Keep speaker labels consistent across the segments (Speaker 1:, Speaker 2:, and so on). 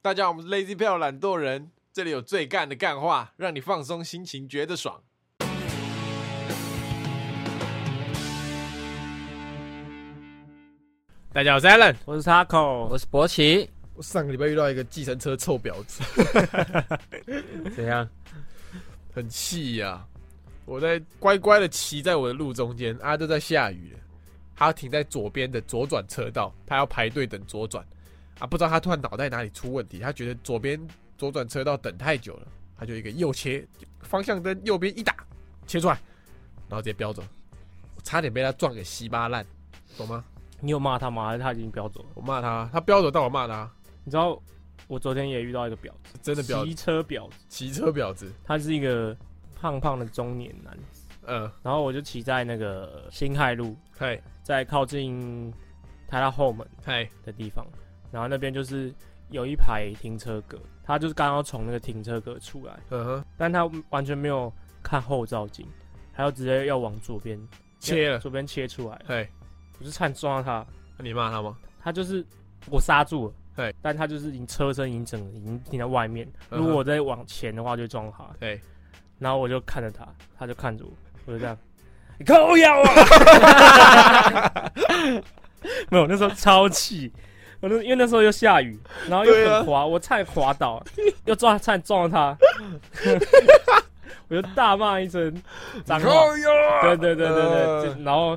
Speaker 1: 大家好，我们是 Lazy 票懒惰人，这里有最干的干话，让你放松心情，觉得爽。
Speaker 2: 大家好，我是 Allen。
Speaker 3: 我是 Taco，
Speaker 4: 我是博奇，
Speaker 5: 我上个礼拜遇到一个计程车臭婊子，
Speaker 2: 怎样？
Speaker 5: 很气呀、我在乖乖的骑在我的路中间，啊，都在下雨了。他停在左边的左转车道，他要排队等左转。啊，不知道他突然脑袋哪里出问题，他觉得左边左转车道等太久了，他就一个右切，方向灯右边一打，切出来，然后直接飙走，我差点被他撞给稀巴烂，懂吗？
Speaker 3: 你有骂他吗？还是他已经飙走了？
Speaker 5: 我骂他，他飙走，但我骂他，
Speaker 3: 你知道我昨天也遇到一个婊子，
Speaker 5: 真的婊
Speaker 3: 骑
Speaker 5: 子，
Speaker 3: 车婊子，
Speaker 5: 骑车婊子，
Speaker 3: 他是一个胖胖的中年男，
Speaker 5: 嗯，
Speaker 3: 然后我就骑在那个新海路，
Speaker 5: 嗨
Speaker 3: 在靠近台大后门
Speaker 5: 嗨，
Speaker 3: 的地方，然后那边就是有一排停车格，他就是刚刚从那个停车格出来，
Speaker 5: 嗯哼，
Speaker 3: 但他完全没有看后照镜，他就直接要往左边
Speaker 5: 切了，
Speaker 3: 左边切出来，
Speaker 5: 嗨，
Speaker 3: 我就差点撞到他，
Speaker 5: 那你骂他吗？
Speaker 3: 他就是我刹住了，
Speaker 5: 对，
Speaker 3: 但他就是已经车身已经整个已经停在外面，
Speaker 5: 嗯哼嗯
Speaker 3: 如果我再往前的话就撞他，
Speaker 5: 对，
Speaker 3: 然后我就看着他，他就 看着我，我就这样，你扣腰啊！ 没有，那时候超气，我那因为那时候又下雨，然后又
Speaker 5: 对啊
Speaker 3: 很滑，我差点滑倒，又撞差点撞到他， 我就大骂一声脏话，
Speaker 5: 哟！
Speaker 3: 对对对对对，
Speaker 5: 呃
Speaker 3: 就然后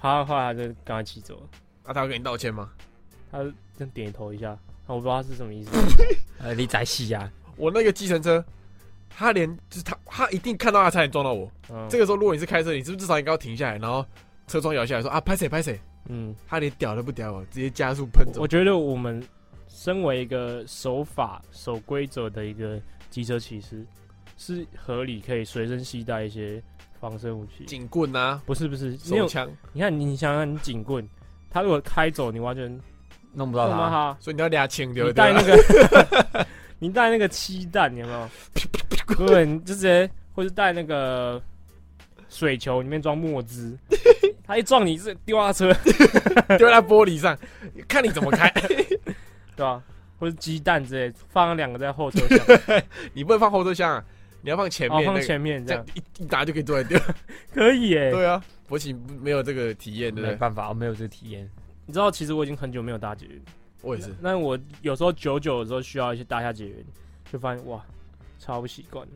Speaker 3: 他后来他就赶快骑走了。
Speaker 5: 那啊他要跟你道歉吗？
Speaker 3: 他就点头一下，啊我不知道他是什么意思。
Speaker 4: 呃，李仔喜呀、
Speaker 5: 我那个计程车，他连就是他，他一定看到他差点撞到我。
Speaker 3: 嗯，
Speaker 5: 这
Speaker 3: 个，
Speaker 5: 个时候，如果你是开车，你是不是至少应该要停下来，然后车窗摇下来说啊，拍谁拍谁？
Speaker 3: 嗯，
Speaker 5: 他连屌都不屌哦我，直接加速喷走
Speaker 3: 我。觉得我们身为一个守法、守规则的一个机车骑士，是合理可以随身携带一些防身武器。
Speaker 5: 警棍啊，
Speaker 3: 不是不是，你
Speaker 5: 手
Speaker 3: 有
Speaker 5: 枪，
Speaker 3: 你看你想想，你警棍，他如果开走，你完全
Speaker 4: 弄不
Speaker 3: 干
Speaker 4: 到
Speaker 3: 嘛
Speaker 4: 他，
Speaker 3: 哈？
Speaker 5: 所以你要俩枪对
Speaker 3: 你
Speaker 5: 不
Speaker 3: 带那
Speaker 5: 对？啊
Speaker 3: 个， 你带那个鸡蛋有没有？对，你就直接或是带那个水球里面装墨 汁，他一撞你是丢下车。
Speaker 5: 丢在玻璃上，看你怎么开。
Speaker 3: 对啊，或者鸡蛋之类，放两个在后车 厢，
Speaker 5: 你不能放后车厢啊，你要放前
Speaker 3: 然后
Speaker 5: 面
Speaker 3: 放
Speaker 5: 那个，
Speaker 3: 前面
Speaker 5: 这
Speaker 3: 这
Speaker 5: 样
Speaker 3: 样，
Speaker 5: 一一打就可以坐 在丢。
Speaker 3: 可以耶、
Speaker 5: 对啊，博奇没有这个体验，对不
Speaker 4: 没
Speaker 5: 对？
Speaker 4: 办法，我没有这个体验。
Speaker 3: 你知道，其实我已经很久没有搭捷运，
Speaker 5: 我也是，
Speaker 3: 那我有时候久久的时候需要一些搭下捷运，就发现哇，超不习惯的。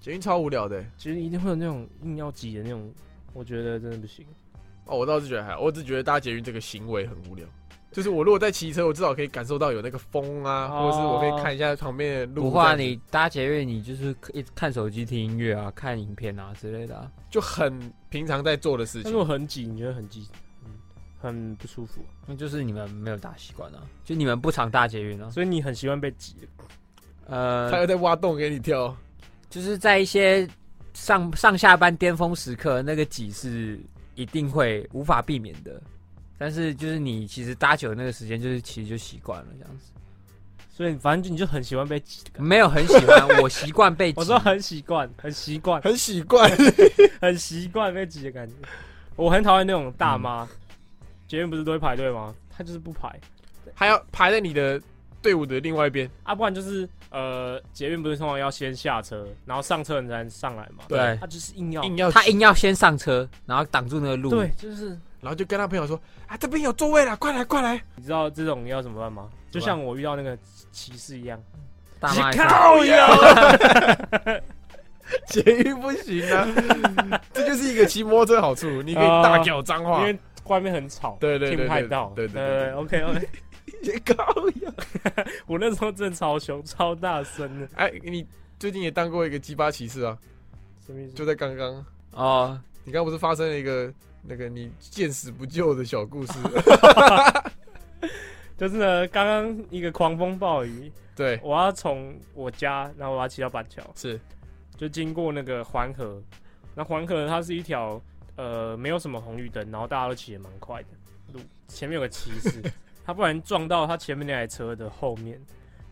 Speaker 5: 捷运超无聊的欸。
Speaker 3: 其实一定会有那种硬要挤的那种，我觉得真的不行。
Speaker 5: 哦，我倒是觉得还好，我只觉得搭捷运这个行为很无聊。就是我如果在骑车，我至少可以感受到有那个风啊，或
Speaker 3: 哦
Speaker 5: 者是我可以看一下旁边的路。
Speaker 4: 不话
Speaker 5: 这样
Speaker 4: 你搭捷运，你就是一直看手机、听音乐啊、看影片啊之类的、啊。
Speaker 5: 就很平常在做的事情
Speaker 3: 但是。我很挤，你觉得很挤，嗯，很不舒服，
Speaker 4: 那就是你们没有搭习惯啊，就你们不常搭捷运啊。
Speaker 3: 所以你很习惯被挤。
Speaker 5: 他
Speaker 4: 呃，
Speaker 5: 又在挖洞给你跳，
Speaker 4: 就是在一些上上下班巅峰时刻，那个挤是一定会无法避免的。但是就是你其实搭久了那个时间，就是其实就习惯了这样子，
Speaker 3: 所以反正就你就很喜欢嗯被挤的感觉。
Speaker 4: 没有很喜欢，我习惯被挤
Speaker 3: 我说很习惯，很习惯，
Speaker 5: 很习惯。
Speaker 3: 很习惯被挤的感觉。我很讨厌那种大
Speaker 5: 嗯
Speaker 3: 妈，捷运不是都会排队吗？她就是不排
Speaker 5: 还要排在你的队伍的另外一边，
Speaker 3: 啊，不然就是呃，捷运不是通常要先下车，然后上车你才能上来嘛？
Speaker 4: 对
Speaker 3: 她就是哦硬要，
Speaker 5: 硬要
Speaker 4: 他硬要先上车，然后挡住那个路。
Speaker 3: 对，就是
Speaker 5: 然后就跟他朋友说：“啊，这边有座位了，快来快来
Speaker 3: 你知道这种你要怎么办吗？就像我遇到那个骑士一样，
Speaker 4: 大妈一声
Speaker 5: 靠呀！”捷运不行啊， 这就是一个骑摩托车的好处，你可以大叫脏
Speaker 3: 因
Speaker 5: 话。
Speaker 3: 为外面很吵，
Speaker 5: 对对对
Speaker 3: 听不太到，
Speaker 5: 对对对
Speaker 3: 对，OK OK，
Speaker 5: 靠呀！
Speaker 3: 我那时候真的超凶，超大声的，
Speaker 5: 哎，你最近也当过一个鸡巴骑士啊？
Speaker 3: 什么意思？
Speaker 5: 就在刚刚，
Speaker 4: 哦，
Speaker 5: 你刚不是发生了一个那个你见死不救的小 故事？
Speaker 3: 就是呢，刚刚一个狂风暴雨，
Speaker 5: 对，
Speaker 3: 我要从我家，然后我要骑到板桥，
Speaker 5: 是
Speaker 3: 就经过那个环河，那环河它是一条呃没有什么红绿灯，然后大家都骑得蛮快的路，前面有个骑 士，他不然撞到他前面那台车的后面，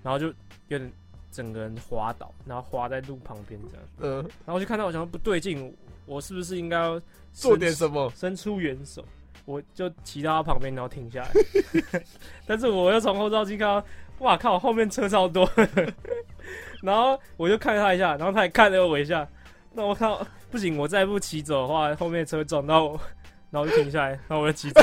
Speaker 3: 然后就有点整个人滑倒，然后滑在路旁边这样，
Speaker 5: 嗯、
Speaker 3: 然后我就看到我想说不对劲，我是不是应该要
Speaker 5: 做点什么？
Speaker 3: 伸出援手？我就骑到他旁边，然后停下来。 但是我又从后照镜看到，哇靠，后面车超多。 然后我就看了他一下，然后他也看了我一下。那我靠，不行，我再不骑走的话，后面车撞到我，然后我就停下来，然后我就骑走。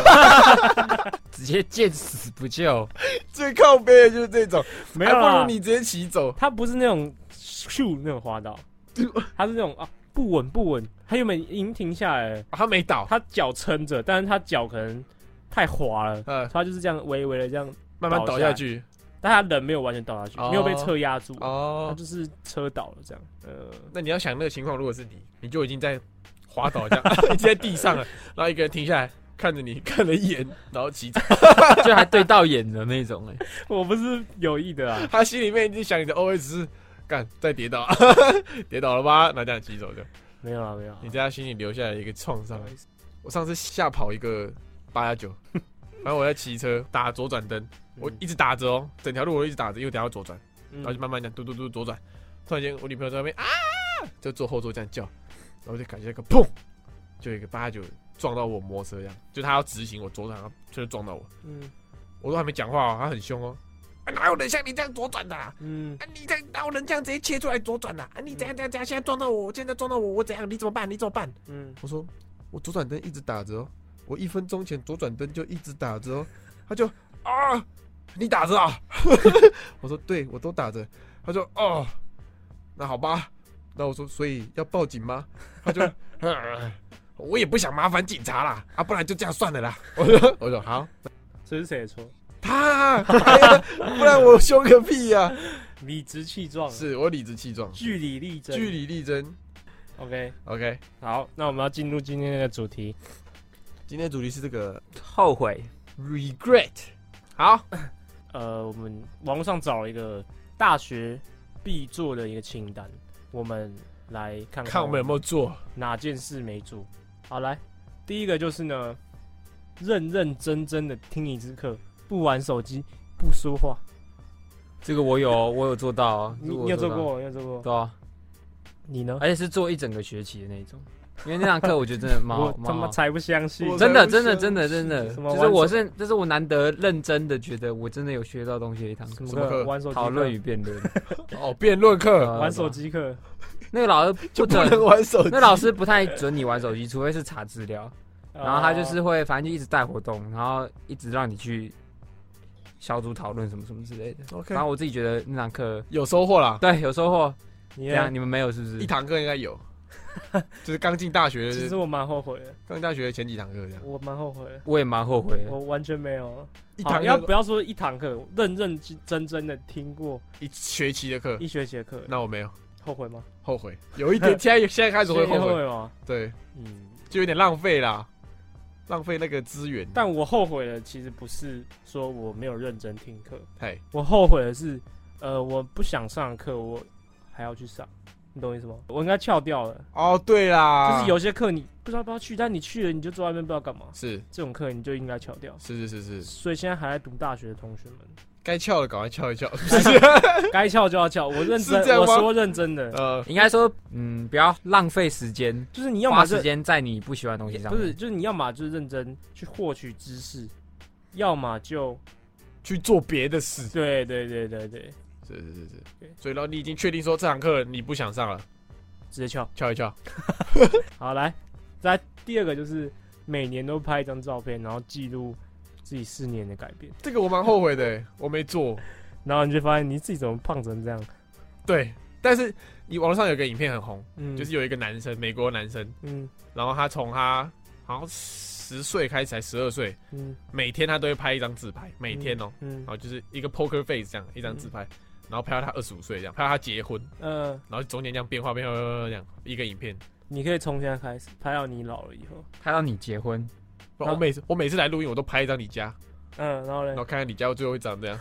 Speaker 4: 直接见死不救，
Speaker 5: 最靠背的就是这种，
Speaker 3: 没有
Speaker 5: 还不
Speaker 3: 啦
Speaker 5: 如，你直接骑走。
Speaker 3: 他不是那种咻那种滑 倒，他是那种啊不稳不稳。他原本已经停下来了，
Speaker 5: 啊他没倒，
Speaker 3: 他脚撑着，但是他脚可能太滑了，
Speaker 5: 呃，
Speaker 3: 他就是这样微微的这样，
Speaker 5: 慢慢
Speaker 3: 倒
Speaker 5: 倒
Speaker 3: 下
Speaker 5: 下去。
Speaker 3: 但他人没有完全倒下去，
Speaker 5: 哦
Speaker 3: 没有被车压住，他
Speaker 5: 哦，
Speaker 3: 就是车倒了这样。呃，
Speaker 5: 那你要想那个情况，如果是你，你就已经在滑倒这样， 已经在地上了，然后一个人停下来看着你， 看了一眼，然后骑走。
Speaker 4: 就还对到眼的那种哎、
Speaker 3: 我不是有意的啊，
Speaker 5: 他心里面已经想你的 OS 是干再跌倒， 跌倒了吧？那这样骑走就，
Speaker 3: 没有啊没有啊
Speaker 5: 你在他心里留下了一个创伤
Speaker 3: 不好。意思
Speaker 5: 我上次吓跑一个八加九，然后我在骑车打左转灯，我一直打着哦，整条路我都一直打着，因为等一下要左转，
Speaker 3: 嗯
Speaker 5: 然后就慢慢的嘟嘟嘟左转，突然间我女朋友在那边啊，就坐后座这样叫，然后就感觉一个砰，就有一个八加九撞到我摩托车这样，就他要直行我左转，然后就是撞到我，
Speaker 3: 嗯
Speaker 5: 我都还没讲话哦，他很凶哦，啊哪有人像你这样左转的、啊？
Speaker 3: 嗯
Speaker 5: 啊，你这样哪有人这样直接切出来左转呐、啊？你怎样怎样怎样？现在撞到我，现在撞到我，我怎样？你怎么办？你怎么办？
Speaker 3: 嗯，
Speaker 5: 我说我左转灯一直打着哦，我一分钟前左转灯就一直打着哦。他就啊，你打着啊？ 我说对，我都打着。他就哦，那好吧。那我说所以要报警吗？他就、 呃我也不想麻烦警察啦，啊，不然就这样算了啦。 我说我说好，
Speaker 3: 这是谁的错？
Speaker 5: 他、哎呀不然我凶个屁呀、
Speaker 3: 理直气壮，啊
Speaker 5: 是我理直气壮，
Speaker 3: 据理力争。
Speaker 5: 据理力争。
Speaker 3: OK，
Speaker 5: OK，
Speaker 3: 好，那我们要进入今天的主题。
Speaker 5: 今天的主题是这个
Speaker 4: 后悔
Speaker 5: regret。好，
Speaker 3: 呃，我们网络上找了一个大学必做的一个清单，我们来看
Speaker 5: 看我们有没有做。
Speaker 3: 哪件事没做。好，来，第一个就是呢，认认真真的听一次课，不玩手机，不说话。
Speaker 4: 这个我有哦，我有做到哦，
Speaker 3: 你
Speaker 4: 这个我
Speaker 3: 你有做
Speaker 4: 到？
Speaker 3: 过？你有做过？
Speaker 4: 对啊，
Speaker 3: 你呢？
Speaker 4: 而且是做一整个学期的那种，因为那堂课我觉得真的蛮
Speaker 3: 我
Speaker 4: 好，蛮
Speaker 3: 他妈
Speaker 4: 好
Speaker 3: 才不相信！
Speaker 5: 我
Speaker 4: 真的，
Speaker 5: 才不
Speaker 4: 真的，
Speaker 5: 相
Speaker 4: 真的，
Speaker 5: 信
Speaker 4: 真的，
Speaker 3: 什么
Speaker 4: 就是
Speaker 3: 玩
Speaker 4: 我
Speaker 3: 手
Speaker 4: 是，这是我难得认真的觉得我真的有学到东西的一堂 课，
Speaker 3: 什
Speaker 5: 什么
Speaker 3: 么
Speaker 5: 课
Speaker 3: 课？玩手机课
Speaker 4: 讨论与辩论。
Speaker 5: 哦，辩论课
Speaker 4: 呃
Speaker 3: 玩手机课。
Speaker 4: 那个老师
Speaker 5: 就
Speaker 4: 不
Speaker 5: 不
Speaker 4: 准，
Speaker 5: 能玩手机。
Speaker 4: 那老师不太准你玩手机，除非是查资料，然后他就是
Speaker 3: 哦
Speaker 4: 会，反正就一直带活动，然后一直让你去小组讨论什么什么之类的。
Speaker 5: OK
Speaker 4: 然后我自己觉得那堂课
Speaker 5: 有收获啦，
Speaker 4: 对有收获，
Speaker 3: 你呢
Speaker 4: 这样？你们没有是不
Speaker 5: 一
Speaker 4: 是？
Speaker 5: 堂课应该 有，就是刚进大学
Speaker 3: 其
Speaker 5: 的，
Speaker 3: 实我蛮后悔的，
Speaker 5: 刚进大学的前几堂课这样。
Speaker 3: 我蛮后悔的，
Speaker 4: 我也蛮后悔的，
Speaker 3: 我完全没有。
Speaker 5: 一
Speaker 3: 好，
Speaker 5: 堂
Speaker 3: 要
Speaker 5: 要
Speaker 3: 不要说一堂课，认认真真的听过
Speaker 5: 一学期的课，
Speaker 3: 一学期的课，
Speaker 5: 那我没有
Speaker 3: 后悔吗？
Speaker 5: 后悔，有一点 现在现在开始会后
Speaker 3: 学业后
Speaker 5: 悔，
Speaker 3: 悔吗？
Speaker 5: 对，
Speaker 3: 嗯，
Speaker 5: 就有点浪费啦，浪费那个资源。
Speaker 3: 但我后悔的其实不是说我没有认真听课，
Speaker 5: 嘿，
Speaker 3: 我后悔的是，呃，我不想上课，我还要去上，你懂我意思吗？我应该翘掉了。
Speaker 5: 哦，对啦，
Speaker 3: 就是有些课你不知道要不要去，但你去了你就坐在那边不知道干嘛，
Speaker 5: 是
Speaker 3: 这种课你就应该翘掉。
Speaker 5: 是是是是，
Speaker 3: 所以现在还在读大学的同学们，
Speaker 5: 该翘的赶快翘一翘。
Speaker 3: 该翘就要翘。我认
Speaker 5: 是
Speaker 3: 真
Speaker 5: 这，样
Speaker 3: 我
Speaker 5: 吗
Speaker 3: 说认真的，
Speaker 5: 呃，
Speaker 4: 应该说，嗯，不要浪费时间，
Speaker 3: 就是你要
Speaker 4: 花
Speaker 3: 么就
Speaker 4: 时间在你不喜欢的东西上
Speaker 3: 不
Speaker 4: 面。
Speaker 3: 是，就是你要么就是认真去获取知识，要么就
Speaker 5: 去做别的事。
Speaker 3: 对对对对对，
Speaker 5: 是是是
Speaker 3: 对
Speaker 5: 是，所以然后你已经确定说这堂课你不想上了，
Speaker 3: 直接翘。
Speaker 5: 翘一翘。
Speaker 3: 好，来，再来第二个就是每年都拍一张照片，然后记录自己四年的改变，
Speaker 5: 这个我蛮后悔的、我没做。
Speaker 3: 然后你就发现你自己怎么胖成这样，
Speaker 5: 对，但是你网络上有个影片很红，
Speaker 3: 嗯，
Speaker 5: 就是有一个男生，美国男生，
Speaker 3: 嗯
Speaker 5: 然后他从他好像十岁开始，才十二岁，
Speaker 3: 嗯，
Speaker 5: 每天他都会拍一张自拍，每天哦、
Speaker 3: 嗯
Speaker 5: 然后就是一个 poker face 这样一张自拍，然后拍到他二十五岁这样，拍到他结婚，
Speaker 3: 呃，
Speaker 5: 然后中间这样变化变化变化变化这样一个影片。
Speaker 3: 你可以从现在开始拍到你老了以后，
Speaker 4: 他让你结婚，
Speaker 5: 不然我每次我每次来录音，我都拍一张你家，
Speaker 3: 嗯，然后
Speaker 5: 然
Speaker 3: 呢
Speaker 5: 后，看看你家最后一张这样。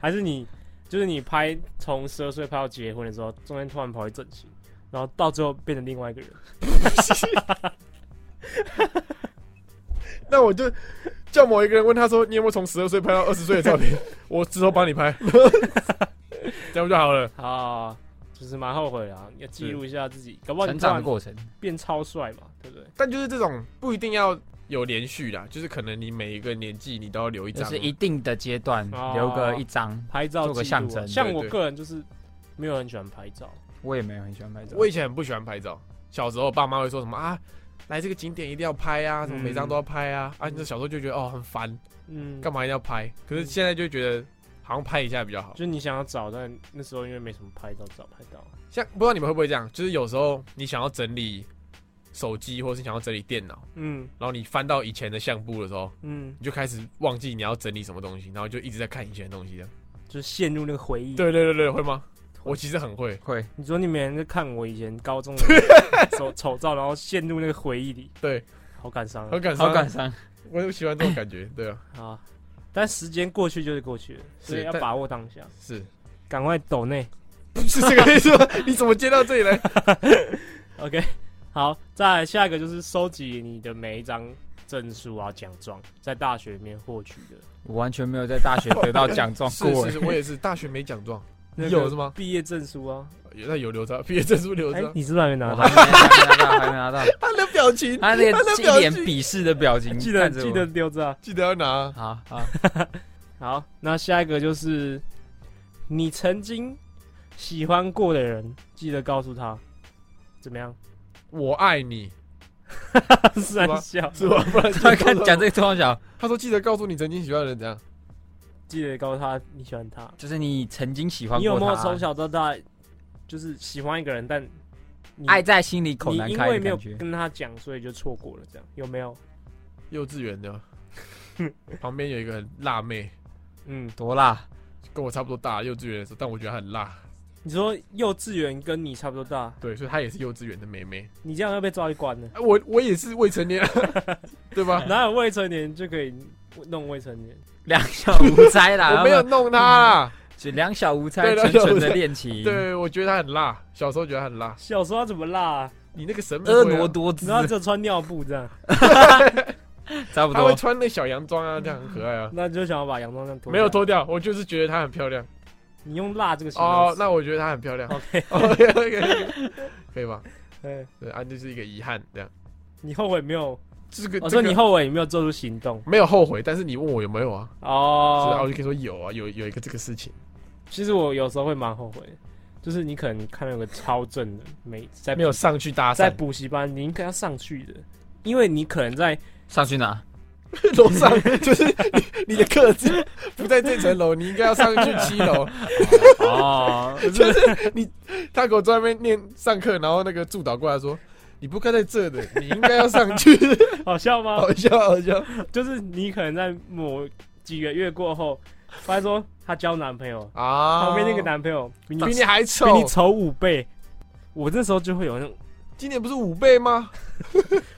Speaker 3: 还是你就是你拍从十二岁拍到结婚的时候，中间突然跑去整形，然后到最后变成另外一个人，
Speaker 5: 那我就叫某一个人问他说：“你有没有从十二岁拍到二十岁的照片？”我之后帮你拍，这样就好了。
Speaker 3: 啊，就是蛮后悔的啊，要记录一下自己，搞不好你
Speaker 4: 成
Speaker 3: 突然
Speaker 4: 长的过程。
Speaker 3: 变超帅嘛，对不对？
Speaker 5: 但就是这种不一定要有连续啦，就是可能你每一个年纪你都要留一
Speaker 4: 就
Speaker 5: 张，啊
Speaker 4: 是一定的阶段
Speaker 3: 哦
Speaker 4: 留个一张。
Speaker 3: 拍照
Speaker 4: 做个
Speaker 3: 记录啊
Speaker 4: 象征
Speaker 3: 像
Speaker 5: 对
Speaker 3: 我
Speaker 5: 对
Speaker 3: 个人就是没有很喜欢拍照，
Speaker 4: 我也没有很喜欢拍照，
Speaker 5: 我以前很不喜欢拍照，小时候爸妈会说什么啊，来这个景点一定要拍啊，什么
Speaker 3: 嗯
Speaker 5: 每张都要拍啊，啊，你这小时候就觉得哦很烦，
Speaker 3: 嗯，
Speaker 5: 干嘛一定要拍？可是现在就觉得好像拍一下比较好。
Speaker 3: 就是你想要找，但那时候因为没什么拍照，找拍到。
Speaker 5: 像不知道你们会不会这样，就是有时候你想要整理手机，或是想要整理电脑，
Speaker 3: 嗯
Speaker 5: 然后你翻到以前的相簿的时候，
Speaker 3: 嗯，
Speaker 5: 你就开始忘记你要整理什么东西，然后就一直在看以前的东西这样。
Speaker 3: 就是陷入那个回忆。，
Speaker 5: 对对对对，会吗？我其实很会，
Speaker 4: 会
Speaker 3: 你说你每天在看我以前 高中的丑丑照，然后陷入那个回忆里，
Speaker 5: 对，
Speaker 3: 好感伤
Speaker 5: 很感伤，
Speaker 4: 好感伤。
Speaker 5: 我就喜欢这种感觉，对啊，
Speaker 3: 啊！啊但时间过去就是过去了，
Speaker 5: 是
Speaker 3: 所以要
Speaker 5: 但
Speaker 3: 把握当下，
Speaker 5: 是
Speaker 3: 赶快抖内。
Speaker 5: 是这个意思吗？你怎么接到这里来？
Speaker 3: OK，好，再来下一个就是收集你的每一张证书啊、奖状，在大学里面获取的。
Speaker 4: 我完全没有在大学得到奖状
Speaker 5: 是
Speaker 4: 过
Speaker 5: 是，是，我也是大学没奖状，
Speaker 3: 那
Speaker 5: 你
Speaker 3: 个
Speaker 5: 有是吗？
Speaker 3: 毕业证书啊，
Speaker 5: 有那有留着，毕业证书留
Speaker 3: 哎、
Speaker 5: 着。
Speaker 3: 你是不是还没
Speaker 4: 我
Speaker 3: 拿到？
Speaker 4: 还没还没拿到，还没拿到。
Speaker 5: 他的表情
Speaker 4: 他那
Speaker 5: 他
Speaker 4: 个
Speaker 5: 的
Speaker 4: 一
Speaker 5: 表
Speaker 4: 脸
Speaker 5: 情
Speaker 4: 鄙视的表情，
Speaker 3: 记得
Speaker 4: 看着我
Speaker 3: 记得。留着啊。
Speaker 5: 记得要拿。
Speaker 4: 好 好，
Speaker 3: 好，那下一个就是你曾经喜欢过的人，记得告诉他。怎么样？
Speaker 5: 我爱你，
Speaker 3: 三笑
Speaker 5: 是 吧？不然
Speaker 4: 突然看讲这个状况小，
Speaker 5: 他说记得告诉你曾经喜欢的人怎样。
Speaker 3: 记得告诉他你喜欢他。
Speaker 4: 就是你曾经喜欢
Speaker 3: 你有
Speaker 4: 过
Speaker 3: 没有
Speaker 4: 他
Speaker 3: 从，小到大就是喜欢一个人，但你
Speaker 4: 爱在心里口
Speaker 3: 你
Speaker 4: 难
Speaker 3: 因
Speaker 4: 开
Speaker 3: 为
Speaker 4: 的
Speaker 3: 没有
Speaker 4: 感觉？
Speaker 3: 跟他讲，所以就错过了，这样有没有？
Speaker 5: 幼稚园的， 旁边有一个很辣妹，
Speaker 3: 嗯，
Speaker 4: 多辣，
Speaker 5: 跟我差不多大，幼稚园的时候，但我觉得她很辣，
Speaker 3: 你说幼稚园跟你差不多大，
Speaker 5: 对，所以她也是幼稚园的妹妹。
Speaker 3: 你这样要被抓去关的。
Speaker 5: 啊我我也是未成年，啊 对吧？
Speaker 3: 哪有未成年就可以弄未成年？
Speaker 4: 两小 无猜啦，
Speaker 5: 我没有弄她啦，
Speaker 4: 只两小无猜，
Speaker 5: 对
Speaker 4: 纯
Speaker 5: 两小无猜
Speaker 4: 纯的恋
Speaker 3: 嗯
Speaker 4: 情，，
Speaker 5: 对，我觉得她很辣，小时候觉得她很辣。
Speaker 3: 小时候怎么辣、啊？
Speaker 5: 你那个审美
Speaker 4: 婀
Speaker 5: 会啊
Speaker 4: 娜多 姿
Speaker 3: 然，后就穿尿布这样，
Speaker 4: 差不
Speaker 5: 她会
Speaker 3: 哦
Speaker 4: 多。
Speaker 5: 穿那小洋装啊，这样很可爱啊。
Speaker 3: 那就想要把洋装这样脱。
Speaker 5: 没有脱掉，我就是觉得她很漂亮。
Speaker 3: 你用辣这个形容
Speaker 5: 哦，
Speaker 3: 词
Speaker 5: 那我觉得她很漂亮。
Speaker 3: OK，
Speaker 5: OK OK，可以吧？
Speaker 3: 哎，
Speaker 5: 对，啊，就是一个遗憾，这样。
Speaker 3: 你后悔没有？
Speaker 5: 这个
Speaker 3: 我
Speaker 5: 这
Speaker 3: 说
Speaker 5: 个
Speaker 3: 哦你后悔有没有做出行动？
Speaker 5: 没有后悔，但是你问我有没有啊？是啊，我
Speaker 3: 哦，
Speaker 5: 就可以说有啊，有有一个这个事情。
Speaker 3: 其实我有时候会蛮后悔的，就是你可能看到有个超正的美在
Speaker 5: 没有上去搭
Speaker 3: 哎在
Speaker 5: 讪，
Speaker 3: 补习班，你应该要上去的，因为你可能在
Speaker 4: 上去拿，
Speaker 5: 楼上就是你你的课子不在这层楼，你应该要上去七楼。
Speaker 4: 哦，
Speaker 5: 他给我坐在那边念上课，然后那个助导过来说：“你不该在这的，你应该要上去。
Speaker 3: 好笑”吗？
Speaker 5: 好笑，好笑。
Speaker 3: 就是你可能在某几个月过后，发现说她交男朋友，
Speaker 5: 啊！
Speaker 3: 旁边那个男朋友比你
Speaker 5: 比你还
Speaker 3: 比你
Speaker 5: 丑，
Speaker 3: 丑五倍，我那时候就会有那种，
Speaker 5: 今年不是五倍吗？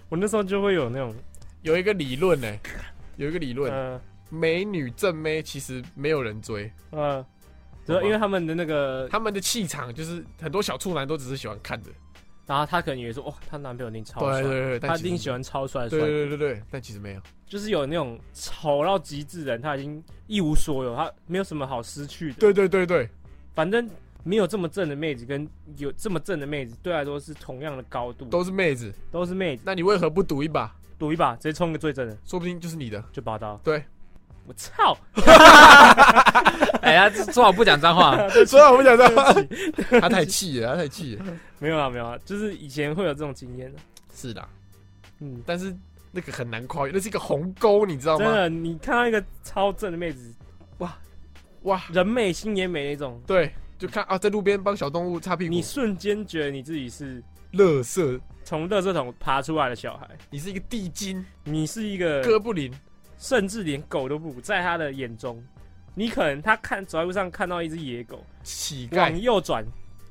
Speaker 3: 我那时候就会有那种，
Speaker 5: 有一个理论呢、 有一个理论，
Speaker 3: 呃
Speaker 5: 美女正妹其实没有人追，
Speaker 3: 呃，就是因为他们的那个
Speaker 5: 他们的气场就是很多小处男都只是喜欢看的。
Speaker 3: 然后她可能以为说，哇，她男朋友一定超
Speaker 5: 对
Speaker 3: 帅，
Speaker 5: 对对，
Speaker 3: 她一定
Speaker 5: 喜
Speaker 3: 喜欢超帅
Speaker 5: 对
Speaker 3: 帅，
Speaker 5: 对对对，但其实没有。
Speaker 3: 就是有那种丑到极致的人，他已经一无所有，他没有什么好失去的。
Speaker 5: 对对对对，
Speaker 3: 反正没有这么正的妹子跟有这么正的妹子，对来说是同样的高度，都
Speaker 5: 都是妹子，
Speaker 3: 都是妹子，
Speaker 5: 那你为何不赌一把？
Speaker 3: 赌一把，直接冲个最正的
Speaker 5: 说不定就是你的。
Speaker 3: 就拔刀。
Speaker 5: 对，
Speaker 3: 我操，
Speaker 4: 哎呀，这最好不讲脏话，
Speaker 5: 所以我不想这样，他太气了，他太气了。
Speaker 3: 没有啊没有啊，就是以前会有这种经验的，
Speaker 5: 是的，
Speaker 3: 嗯。
Speaker 5: 但是那个很难跨越，那是一个鸿沟，你知道
Speaker 3: 真
Speaker 5: 吗？
Speaker 3: 的，你看到一个超正的妹子，
Speaker 5: 哇，
Speaker 3: 人美心也美那种，
Speaker 5: 对，就看啊，在路边帮小动物擦屁股
Speaker 3: 你，瞬间觉得你自己是
Speaker 5: 乐色，
Speaker 3: 从垃圾桶爬出来的小孩，
Speaker 5: 你是一个地精，
Speaker 3: 你是一个
Speaker 5: 哥布林，
Speaker 3: 甚至连狗都不如在他的眼中，你可能他看走在路上看到一只野狗，
Speaker 5: 乞
Speaker 3: 往
Speaker 5: 丐，
Speaker 3: 右转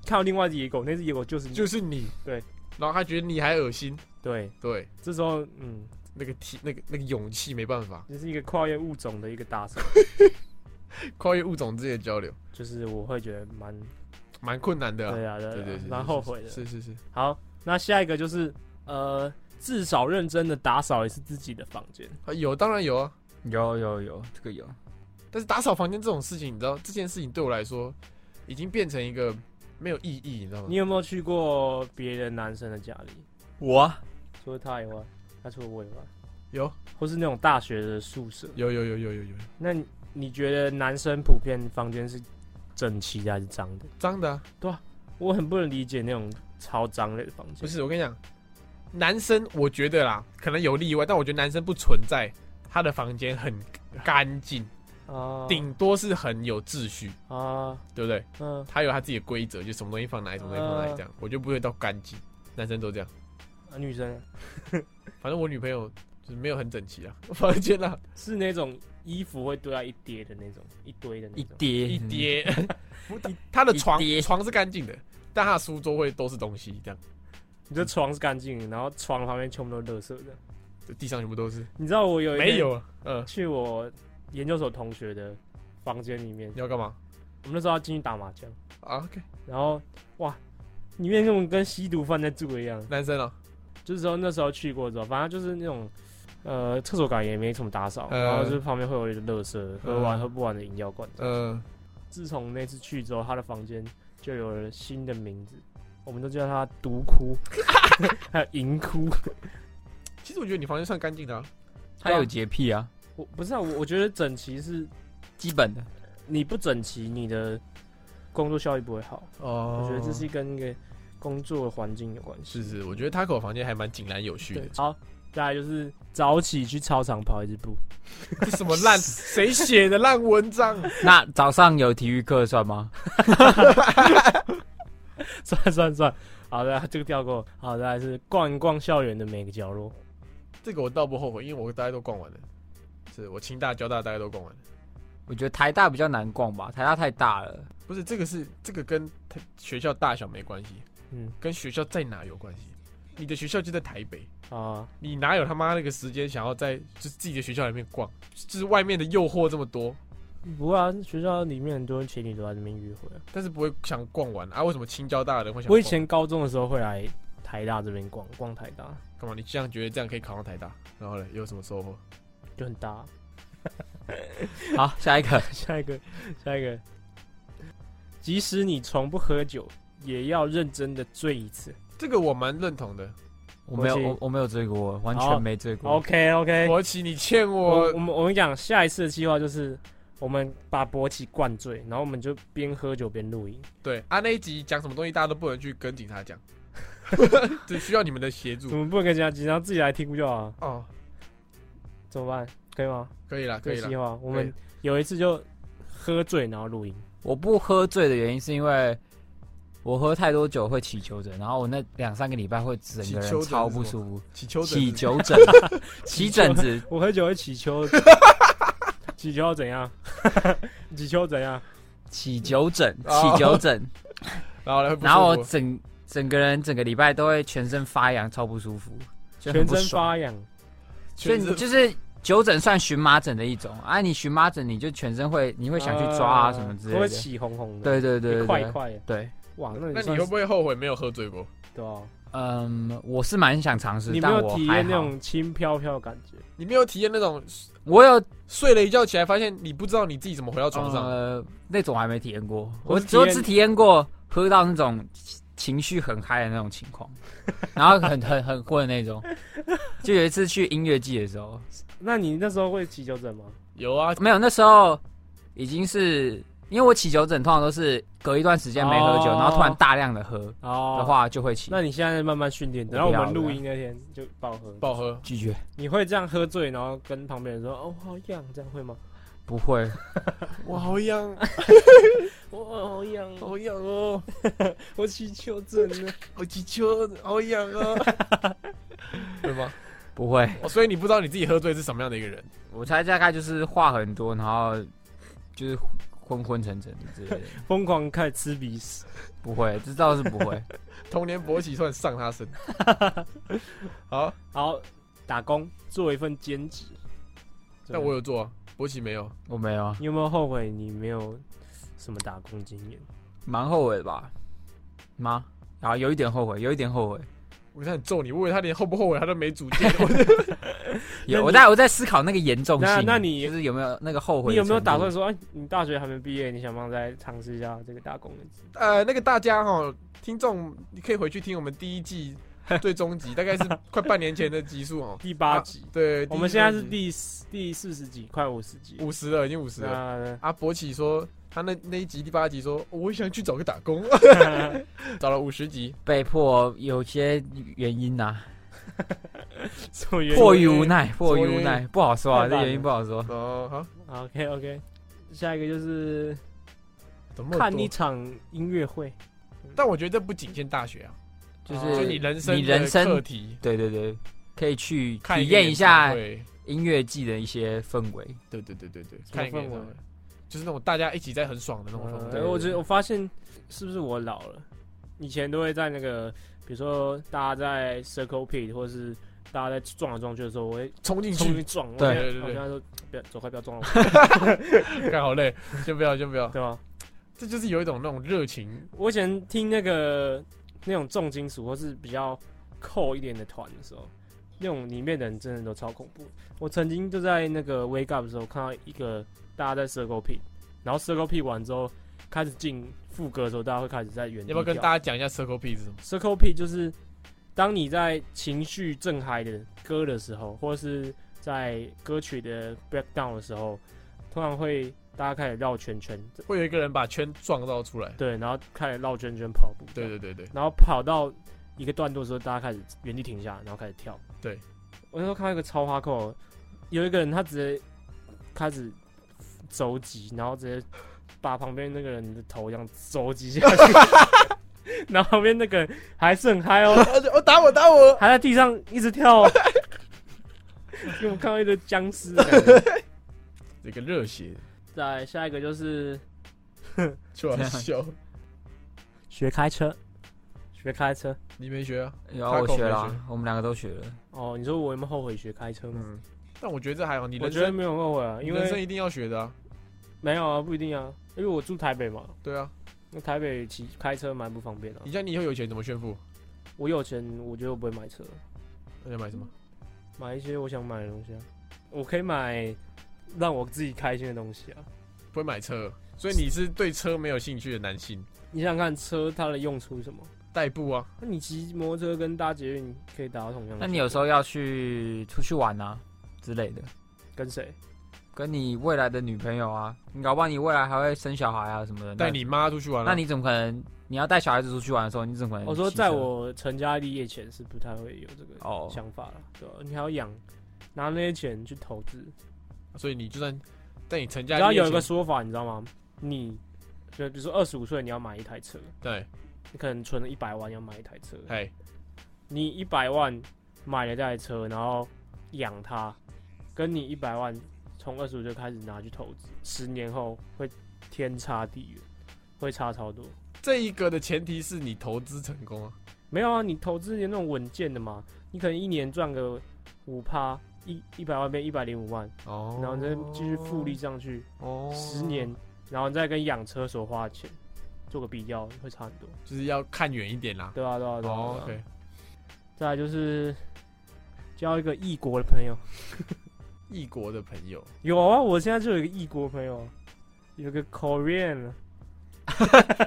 Speaker 3: 看到另外一只野狗，那只野狗就是你。
Speaker 5: 就是你。
Speaker 3: 对，
Speaker 5: 然后他觉得你还恶心，
Speaker 3: 对，
Speaker 5: 对，
Speaker 3: 这时候嗯，
Speaker 5: 那个体，那个那个勇气没办法
Speaker 3: 这是一个跨越物种的一个搭手，
Speaker 5: 跨越物种之间的交流，
Speaker 3: 就是我会觉得蛮
Speaker 5: 蛮困难的啊。
Speaker 3: 对啊，
Speaker 5: 对
Speaker 3: 对
Speaker 5: 对
Speaker 3: 啊
Speaker 5: 对，，
Speaker 3: 蛮
Speaker 5: 是
Speaker 3: 后悔的。
Speaker 5: 是是是，
Speaker 3: 好，那下一个就是呃，至少认真的打扫一次自己的房间。
Speaker 5: 啊有当然有啊，
Speaker 4: 有有有，这个有，
Speaker 5: 但是打扫房间这种事情，你知道这件事情对我来说已经变成一个没有意义，你知道吗
Speaker 3: 你？有没有去过别的男生的家里？
Speaker 4: 我啊
Speaker 3: 除了他以外，他除了我以外，
Speaker 5: 有
Speaker 3: 或是那种大学的宿舍。
Speaker 5: 有有有有有有
Speaker 3: 那你你觉得男生普遍房间是整齐的还是脏的？
Speaker 5: 脏的啊、
Speaker 3: 我很不能理解那种超脏类的房间。
Speaker 5: 不是我跟你讲，男生我觉得啦，可能有例外，但我觉得男生不存在他的房间很干净，
Speaker 3: 啊，
Speaker 5: 顶多是很有秩序，
Speaker 3: 啊，
Speaker 5: 对不对？
Speaker 3: 嗯
Speaker 5: 他有他自己的规则，就什么东西放哪里，什么东西放哪里，这样、我就不会到干净。男生都这样，
Speaker 3: 啊，女生
Speaker 5: 反正我女朋友就是没有很整齐啊，房间啊
Speaker 3: 是那种衣服会堆在一叠的那种，一堆的那
Speaker 4: 一嗯
Speaker 3: 种。
Speaker 4: 叠
Speaker 5: 一，叠， 他的床
Speaker 4: 一叠
Speaker 5: 床是干净的，但他的书桌会都是东西，这样
Speaker 3: 你这床是干净的，然后床旁边全部都是垃圾的。
Speaker 5: 地上全部都是，
Speaker 3: 你知道我有一
Speaker 5: 没
Speaker 3: 天
Speaker 5: 有，嗯，
Speaker 3: 去我研究所同学的房间里面
Speaker 5: 你，要干嘛
Speaker 3: 我们那时候要进去打麻将，
Speaker 5: 啊？OK，
Speaker 3: 然后哇，里面那种跟吸毒犯在住的一样。
Speaker 5: 男生啊，
Speaker 3: 就是说那时候去过之后，反正就是那种呃厕所感也没什么打扫，
Speaker 5: 呃
Speaker 3: 然后就是旁边会有一个垃圾，喝完
Speaker 5: 呃
Speaker 3: 喝不完的饮料罐。
Speaker 5: 嗯，
Speaker 3: 自从那次去之后，他的房间就有了新的名字，我们都叫他毒 窟，还有银窟。
Speaker 5: 其实我觉得你房间算干净的、啊，
Speaker 4: 他有洁癖啊，
Speaker 3: 我不是啊，我我觉得整齐是
Speaker 4: 基本的。
Speaker 3: 你不整齐，你的工作效率不会好。
Speaker 5: 哦
Speaker 3: 我觉得这是跟一个工作环境有关系。
Speaker 5: 是是，我觉得 Taco 房间还蛮井然有序的
Speaker 3: 对，。好，再来就是早起去操场跑一日步。
Speaker 5: 这什么 烂，谁写的烂文章？
Speaker 4: 那早上有体育课算吗？
Speaker 3: 算 算算，好的，这个跳过。好的，还是逛一逛校园的每个角落。
Speaker 5: 这个我倒不后悔，因为我大家都逛完了，是我清大、交大大家都逛完了。
Speaker 4: 我觉得台大比较难逛吧，台大太大了。
Speaker 5: 不是这个是这个跟它学校大小没关系，
Speaker 3: 嗯
Speaker 5: 跟学校在哪有关系。你的学校就在台北，
Speaker 3: 啊，
Speaker 5: 你哪有他妈那个时间想要在就是自己的学校里面逛？就是外面的诱惑这么多，
Speaker 3: 不过啊，学校里面很多情侣都在那边约会啊、
Speaker 5: 但是不会想逛完啊？为什么清交大的人会想逛？
Speaker 3: 我以前高中的时候会来台大这边逛逛台大，
Speaker 5: 干嘛？你这样觉得这样可以考上台大，然后呢有什么收获？
Speaker 3: 就很大。
Speaker 4: 好，下一个
Speaker 3: 下一个，下一个，即使你从不喝酒，也要认真的醉一次。
Speaker 5: 这个我蛮认同的。
Speaker 4: 我没有
Speaker 3: 国旗
Speaker 4: 我我没有追过，完
Speaker 3: 好
Speaker 4: 全没追过。
Speaker 3: OK OK，
Speaker 5: 国旗，你欠
Speaker 3: 我
Speaker 5: 哎我
Speaker 3: 我们我们讲下一次的计划就是。我们把博奇灌醉，然后我们就边喝酒边录音，
Speaker 5: 对啊，那一集讲什么东西大家都不能去跟警察 讲，只需要你们的协
Speaker 3: 怎
Speaker 5: 助。
Speaker 3: 么不能跟人家讲，然后自己来听不就好了？
Speaker 5: 哦，
Speaker 3: 怎么办？可以吗？
Speaker 5: 可以了，可
Speaker 3: 可
Speaker 5: 以
Speaker 3: 惜
Speaker 5: 了。
Speaker 3: 哈，我们有一次就喝醉然后录音，
Speaker 4: 我不喝醉的原因是因为我喝太多酒会起球疹，然后我那两三个礼拜会整个
Speaker 5: 起丘疹
Speaker 4: 人
Speaker 5: 是什么
Speaker 4: 超不舒服，
Speaker 5: 祈求
Speaker 4: 起
Speaker 5: 求，
Speaker 4: 球疹，起疹子。
Speaker 3: 我喝酒 会起球， 起球怎样？ 起球怎样？
Speaker 4: 起酒疹，
Speaker 5: 哦
Speaker 4: 起 酒疹，
Speaker 5: 然后呢，不
Speaker 4: 然后我
Speaker 5: 舒服
Speaker 4: 整整个人整个礼拜都会全身发痒，超不舒服，就很
Speaker 3: 全
Speaker 4: 不
Speaker 3: 身
Speaker 4: 爽。
Speaker 3: 发痒，
Speaker 4: 所以
Speaker 5: 全
Speaker 4: 你
Speaker 5: 身
Speaker 4: 就是酒疹算荨麻疹的一种啊，你荨麻疹你就全身会，你会想去抓啊什么之类
Speaker 3: 哦呃会
Speaker 4: 的。
Speaker 3: 起红红的，
Speaker 4: 对对对
Speaker 3: 一
Speaker 4: 对
Speaker 3: 块一
Speaker 4: 对
Speaker 3: 块的。
Speaker 4: 对，
Speaker 3: 哇，那
Speaker 5: 那
Speaker 3: 你
Speaker 5: 你
Speaker 3: 算
Speaker 5: 会
Speaker 3: 是
Speaker 5: 不会后悔没有喝醉过？
Speaker 3: 对啊？
Speaker 4: 嗯，我是蛮想尝试
Speaker 3: 你，没
Speaker 4: 但
Speaker 3: 有
Speaker 4: 我
Speaker 3: 体
Speaker 4: 还
Speaker 3: 验那
Speaker 4: 好。
Speaker 3: 种轻飘飘的感觉？
Speaker 5: 你没有体验那种
Speaker 4: 我有
Speaker 5: 睡了一觉起来，发现你不知道你自己怎么回到床上，
Speaker 4: 呃，那种还没体验过，
Speaker 3: 我
Speaker 4: 我
Speaker 3: 是
Speaker 4: 只
Speaker 3: 体
Speaker 4: 我
Speaker 3: 验
Speaker 4: 只体验过喝到那种情情绪很嗨的那种情 况，然后很很很混的那种。就有一次去音乐季的时候，
Speaker 3: 那你那时候会起球疹吗？
Speaker 5: 有啊，
Speaker 4: 没有，那时候已经是因为我起酒疹，通常都是隔一段时间没喝酒，
Speaker 3: 哦
Speaker 4: 然后突然大量的喝的
Speaker 3: 哦，
Speaker 4: 话就会起。
Speaker 3: 那你现在慢慢训练，
Speaker 4: 我
Speaker 3: 等到我
Speaker 4: 不要
Speaker 3: 们录
Speaker 4: 了
Speaker 3: 音那天就爆喝。
Speaker 5: 爆喝。
Speaker 4: 拒绝
Speaker 3: 你会这样喝醉，然后跟旁边人说：“哦，好痒，这样会吗？
Speaker 4: 不会，
Speaker 5: 我好痒，
Speaker 3: 我我好痒哦，
Speaker 5: 好痒哦，
Speaker 3: 我起球疹了。”
Speaker 5: 我祈求，好痒啊，对吗？
Speaker 4: 不会。
Speaker 5: 哦所以你不知道你自己喝醉是什么样的一个人。
Speaker 4: 我猜大概就是话很多，然后就是昏昏沉沉之类的。
Speaker 3: 疯狂开始吃鼻屎。
Speaker 4: 不会，这倒是不 会。
Speaker 5: 童年勃起算上 他身。好，
Speaker 3: 好，打工做一份兼职。
Speaker 5: 那我有做啊，勃起没有。
Speaker 4: 我没有，
Speaker 3: 你有没有后悔你没有什么打工经验？
Speaker 4: 蛮后悔的吧？吗？然后有一点后悔，有一点后悔。
Speaker 5: 我想揍你，我以为他连后不后悔他都没主见。
Speaker 4: 有
Speaker 3: 那
Speaker 4: 我
Speaker 3: 你
Speaker 4: 在我在思考那个严重性。
Speaker 3: 那那你
Speaker 4: 就是有没有那个后悔？
Speaker 3: 你有没有打算？说，哎，你大学还没毕业，你想不想再尝试一下这个打工的？
Speaker 5: 呃，那个大家哈，听众，你可以回去听我们第一季最终集，大概是快半年前的集数哦。
Speaker 3: 第八集，
Speaker 5: 对，
Speaker 3: 我们现在是第四第四十集，快五十集。
Speaker 5: 五十了，已经五十了。
Speaker 3: 那
Speaker 5: 阿博奇说，他那那一集第八集说，我想去找个打工， 找了五十集，
Speaker 4: 被迫有些原因呐、
Speaker 3: 什么原因
Speaker 4: 迫于无奈，迫于
Speaker 5: 所以
Speaker 4: 无奈，不好说啊，
Speaker 3: 太
Speaker 4: 这
Speaker 3: 懒
Speaker 4: 原因
Speaker 3: 了
Speaker 4: 不好说。
Speaker 5: 哦，好，
Speaker 3: ？OK OK，下一个就是
Speaker 5: 怎么那么
Speaker 3: 看
Speaker 5: 多
Speaker 3: 一场音乐会，
Speaker 5: 但我觉得这不仅限大学啊，
Speaker 4: 就是
Speaker 3: 哦
Speaker 5: 就你人生
Speaker 4: 你人生
Speaker 5: 的课题，
Speaker 4: 对对对，可以去
Speaker 5: 看
Speaker 4: 体
Speaker 5: 个
Speaker 4: 验一下
Speaker 5: 演唱会
Speaker 4: 音乐季的一些氛围。
Speaker 5: 对对对对对，
Speaker 3: 什么
Speaker 5: 看一个
Speaker 3: 氛
Speaker 5: 演唱
Speaker 3: 围
Speaker 5: 会就是那种大家一起在很爽的那种氛围。
Speaker 4: 对
Speaker 3: 呃，我觉得我发现是不是我老了？以前都会在那个，比如说大家在 Circle Pit 或是大家在撞来撞去的时候，我会
Speaker 5: 冲进
Speaker 3: 冲进
Speaker 5: 去
Speaker 3: 去，撞。
Speaker 4: 对
Speaker 3: 我现
Speaker 5: 对
Speaker 3: 在
Speaker 5: 对对
Speaker 3: 我现在说不要走开，不要撞 我，
Speaker 5: 看好累，先不要，先不要。
Speaker 3: 对吧？
Speaker 5: 这就是有一种那种热情，
Speaker 3: 我以前听那个那种重金属或是比较扣一点的团的时候，那种里面的人真的都超恐怖。我曾经就在那个 Wake Up 的时候看到一个大家在 Circle Pit，然后 Circle Pit 完之后开始进副歌的时候，大家会开始在原地
Speaker 5: 要不要跟
Speaker 3: 跳
Speaker 5: 大家讲一下 Circle P 是什么？
Speaker 3: Circle P 就是当你在情绪正嗨的歌的时候，或是在歌曲的 breakdown 的时候，通常会大家开始绕圈圈，
Speaker 5: 会有一个人把圈撞到出来。
Speaker 3: 对，然后开始绕圈圈跑步，
Speaker 5: 对，对对对，
Speaker 3: 然后跑到一个段落的时候，大家开始原地停下，然后开始跳。
Speaker 5: 对，
Speaker 3: 我那时候看到一个超花扣，有一个人他直接开始肘击，然后直接把旁边那个人的头这样肘击下去， 然后旁边那个人还是很 嗨哦。
Speaker 5: 我打我打我，
Speaker 3: 还在地上一直跳、哦， 因为我看到一堆僵尸的感觉。
Speaker 5: 这个热血，
Speaker 3: 再下一个就是
Speaker 5: 就好 笑。
Speaker 3: 学开车，学开车。
Speaker 5: 你没学啊？
Speaker 4: 然
Speaker 5: 他
Speaker 4: 后我
Speaker 5: 跟我
Speaker 4: 学
Speaker 5: 没
Speaker 4: 了
Speaker 5: 学
Speaker 4: 啊，我们两个都学了。
Speaker 3: 哦，你说我有没有后悔学开车吗？
Speaker 5: 嗯，但我觉得这还好，你
Speaker 3: 我
Speaker 5: 人
Speaker 3: 觉得
Speaker 5: 生
Speaker 3: 没有后悔啊，
Speaker 5: 你
Speaker 3: 因
Speaker 5: 人生
Speaker 3: 为
Speaker 5: 一定要学的啊。
Speaker 3: 没有啊，不一定啊，因为我住台北嘛，
Speaker 5: 对啊，
Speaker 3: 那台北骑开车蛮不方便的、啊
Speaker 5: 你像你以后有钱怎么炫富？
Speaker 3: 我有钱，我觉得我不会买车，
Speaker 5: 那你要买什么？
Speaker 3: 买一些我想买的东西啊，我可以买让我自己开心的东西啊。
Speaker 5: 不会买车，所以你是对车没有兴趣的男性。
Speaker 3: 你想想看，车它的用处是什么？
Speaker 5: 代步啊，
Speaker 3: 那你骑摩托车跟搭捷运可以达到同样的效果。
Speaker 4: 那你有时候要去出去玩啊之类的，
Speaker 3: 跟谁？
Speaker 4: 跟你未来的女朋友啊，你搞不好你未来还会生小孩啊什么的。
Speaker 5: 带
Speaker 4: 那
Speaker 5: 你妈出去玩、啊。
Speaker 4: 那你怎么可能？你要带小孩子出去玩的时候，你怎么可能
Speaker 3: 哦我
Speaker 4: 骑车？
Speaker 3: 说，在我成家立业前是不太会有这个
Speaker 4: 啊哦，
Speaker 3: 想法了，对吧？啊你还要养，拿那些钱去投资。
Speaker 5: 所以你就算在你成家
Speaker 3: 然后
Speaker 5: 立业
Speaker 3: 有一个
Speaker 5: 前
Speaker 3: 说法，你知道吗？你就比如说二十五岁你要买一台车，
Speaker 5: 对，
Speaker 3: 你可能存了一百万要买一台车，
Speaker 5: 哎，
Speaker 3: 你一百万买了这台车，然后养它，跟你一百万从二十五岁开始拿去投资，十年后会天差地远，会差超多。
Speaker 5: 这一个的前提是你投资成功啊。
Speaker 3: 没有啊，你投资那种稳健的嘛，你可能一年赚个五趴，一一百万变一百零五万，
Speaker 5: 哦
Speaker 3: 然后你再继续复利上去，
Speaker 5: 哦
Speaker 3: 十年，然后你再跟养车所花的钱做个比较，会差很多。
Speaker 5: 就是要看远一点啦。
Speaker 3: 对啊，对啊，对啊。
Speaker 5: 哦
Speaker 3: 对啊
Speaker 5: ，OK，
Speaker 3: 再来就是交一个异国的朋友，
Speaker 5: 异国的朋友，
Speaker 3: 有啊，我现在就有一个异国朋友，有个 Korean，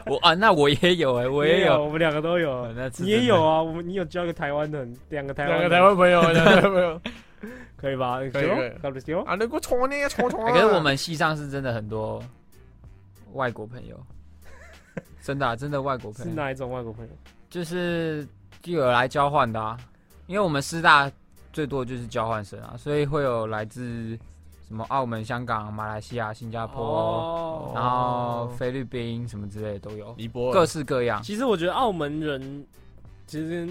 Speaker 4: 我啊，那我也有哎、我
Speaker 3: 我
Speaker 4: 也
Speaker 3: 有，
Speaker 4: 有，
Speaker 3: 我们两个都有
Speaker 4: 哦。那次
Speaker 3: 你也
Speaker 4: 真的
Speaker 3: 有啊，我们你有交一个台湾的，两个台湾
Speaker 5: 两
Speaker 3: 的，
Speaker 5: 个台湾朋 友，两个台湾朋友
Speaker 3: 可以吧？
Speaker 5: 可以可以
Speaker 3: 搞得行
Speaker 5: 啊，那个冲呢，冲冲啊。
Speaker 4: 哎可是我们系上是真的很多外国 朋友，真的、啊、真的外国
Speaker 3: 是
Speaker 4: 朋友，
Speaker 3: 哪一种外国朋友？
Speaker 4: 就是就有来交换的啊，因为我们师大最多就是交换生啊，所以会有来自什么澳门、香港、马来西亚、新加坡，
Speaker 3: 哦
Speaker 4: 然后菲律宾什么之类的都有，
Speaker 5: 尼泊
Speaker 4: 各
Speaker 5: 尔，
Speaker 4: 式各样。
Speaker 3: 其实我觉得澳门人其实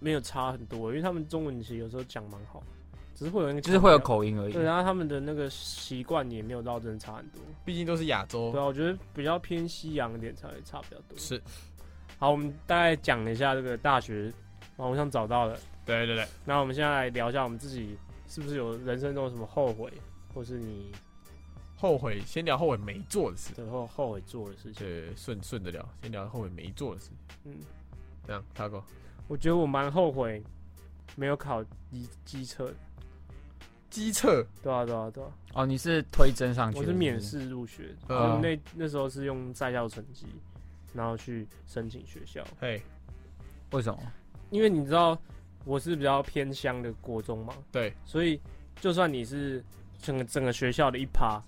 Speaker 3: 没有差很多，因为他们中文其实有时候讲蛮好，只是会有那个
Speaker 4: 就是会有口音而已
Speaker 3: 对，，啊然后他们的那个习惯也没有到真的差很多。
Speaker 5: 毕竟都是亚洲
Speaker 3: 对，
Speaker 4: 哦
Speaker 3: 啊，我觉得比较偏西洋一点才会差比较多。
Speaker 5: 是，
Speaker 3: 好，我们大概讲一下这个大学网络上找到的，
Speaker 5: 对对对，
Speaker 3: 那我们现在来聊一下我们自己是不是有人生中有什么后悔，或是你
Speaker 5: 后悔，先聊后悔没做的事，
Speaker 3: 最后后悔做的事情。
Speaker 5: 对，顺顺着聊，先聊后悔没做的事，
Speaker 3: 嗯，
Speaker 5: 这样，Taco，
Speaker 3: 我觉得我蛮后悔没有考机机测的，
Speaker 5: 机测，
Speaker 3: 对啊，对啊，对啊。
Speaker 4: 哦，你是推甄上去的，
Speaker 3: 我是
Speaker 4: 不
Speaker 3: 免试入学，就
Speaker 5: 啊
Speaker 3: 是那那时候是用在校成绩，然后去申请学校。
Speaker 5: 嘿，
Speaker 4: 为什么？
Speaker 3: 因为你知道我是比较偏乡的国中嘛，
Speaker 5: 对，
Speaker 3: 所以就算你是整个整个学校的一趴，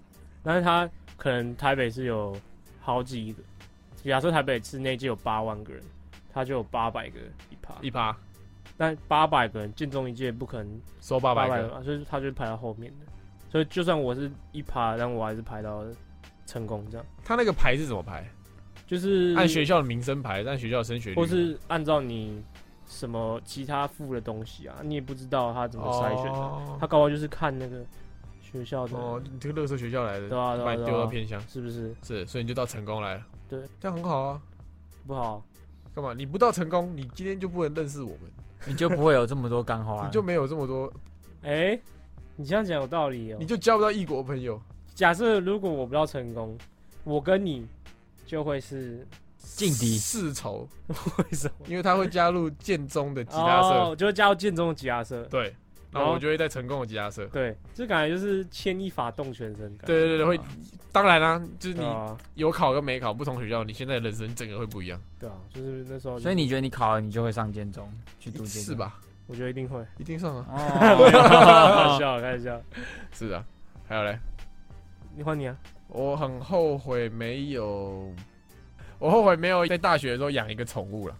Speaker 3: 但是他可能台北是有好几个，假设台北市内就有八万个人，他就有八百个一趴，
Speaker 5: 一趴
Speaker 3: 但八百个人建中一届不可能
Speaker 5: 收八百
Speaker 3: 800
Speaker 5: 个，
Speaker 3: 嘛，所以他就排到后面的，所以就算我是一趴，但我还是排到成功这样，
Speaker 5: 他那个排是怎么排？
Speaker 3: 就是
Speaker 5: 按学校的名声排，按学校的升学率，
Speaker 3: 或是按照你什么其他附的东西啊，你也不知道他怎么筛选的、
Speaker 5: 哦
Speaker 3: 他搞不好就是看那个学校的，
Speaker 5: 哦，你这个乐色学校来的，
Speaker 3: 对啊对啊
Speaker 5: 把你
Speaker 3: 对啊
Speaker 5: 丢到偏乡，
Speaker 3: 是不是
Speaker 5: 是，所以你就到成功来了，
Speaker 3: 对，
Speaker 5: 这样很好啊。
Speaker 3: 不好？
Speaker 5: 干嘛？你不到成功，你今天就不能认识我们，
Speaker 4: 你就不会有这么多干 啊花了。
Speaker 5: 你就没有这么多，
Speaker 3: 哎、你这样讲有道理哦、
Speaker 5: 你就交不到异国朋友。
Speaker 3: 假设如果我不要成功，我跟你就会是
Speaker 4: 劲敌
Speaker 5: 世仇，
Speaker 3: 为什么？
Speaker 5: 因为他会加入建中的吉他社，
Speaker 3: 哦，就会加入建中的吉他社。
Speaker 5: 对，然后我就会在成功的吉他
Speaker 4: 哦
Speaker 5: 社。
Speaker 3: 对，这感觉就是牵一发动全身感。
Speaker 5: 对对对，会
Speaker 4: 哦
Speaker 3: 啊，
Speaker 5: 当然啦、就是
Speaker 3: 对
Speaker 5: 你
Speaker 3: 啊，
Speaker 5: 有考跟没考不同学校，你现在的人生整个会不一样，
Speaker 3: 对啊，就是那时候就是，
Speaker 4: 所以你觉得你考了，你就会上建中去读建
Speaker 5: 是？
Speaker 4: 中？
Speaker 5: 吧？
Speaker 3: 我觉得一 定会。
Speaker 5: 一定上啊，
Speaker 3: 开玩
Speaker 4: 哦，
Speaker 3: 笑，开玩笑。
Speaker 5: 是啊。还有嘞，
Speaker 3: 你换你啊，
Speaker 5: 我很后悔没有，我后悔没有在大学的时候养一个宠物了。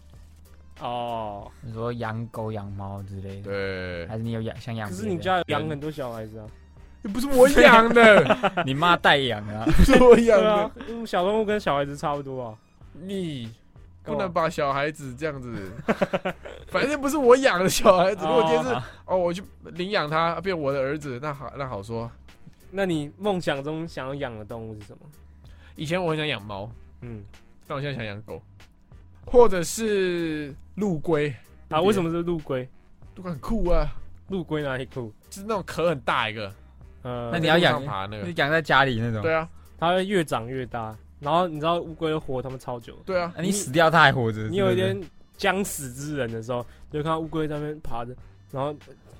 Speaker 3: 哦，
Speaker 4: 你说养狗、养猫之类的，
Speaker 5: 对，
Speaker 4: 还是你有养想养
Speaker 3: 可
Speaker 4: 别的？
Speaker 3: 是你家有养很多小孩子啊，
Speaker 5: 不是我养 的，
Speaker 4: 你妈代 养啊？
Speaker 5: 不是我养
Speaker 3: 对
Speaker 5: 的
Speaker 3: 啊，，因为小动物跟小孩子差不多啊。
Speaker 5: 你不
Speaker 3: 干嘛
Speaker 5: 能把小孩子这样子， 反正不是我养的小孩子。如果今天是哦，我去领养他变我的儿子，那好那好说。
Speaker 3: 那你梦想中想要养的动物是什么？
Speaker 5: 以前我很想养猫，
Speaker 3: 嗯，
Speaker 5: 但我现在想养狗，或者是陆龟
Speaker 3: 啊，为什么是陆龟？
Speaker 5: 都很酷啊，
Speaker 3: 陆龟哪里酷？
Speaker 5: 就是那种壳很大一个，
Speaker 3: 呃，
Speaker 4: 那你
Speaker 5: 在
Speaker 4: 要
Speaker 5: 路上
Speaker 4: 养
Speaker 5: 爬那
Speaker 4: 你
Speaker 5: 个？
Speaker 4: 养在家里那种？
Speaker 5: 对啊，
Speaker 3: 它会越长越大，然后你知道乌龟活它们超久，
Speaker 5: 对啊，
Speaker 4: 啊，你死掉它还活着。
Speaker 3: 你有一天将死之人的时候，你就看到乌龟在那边爬着，然后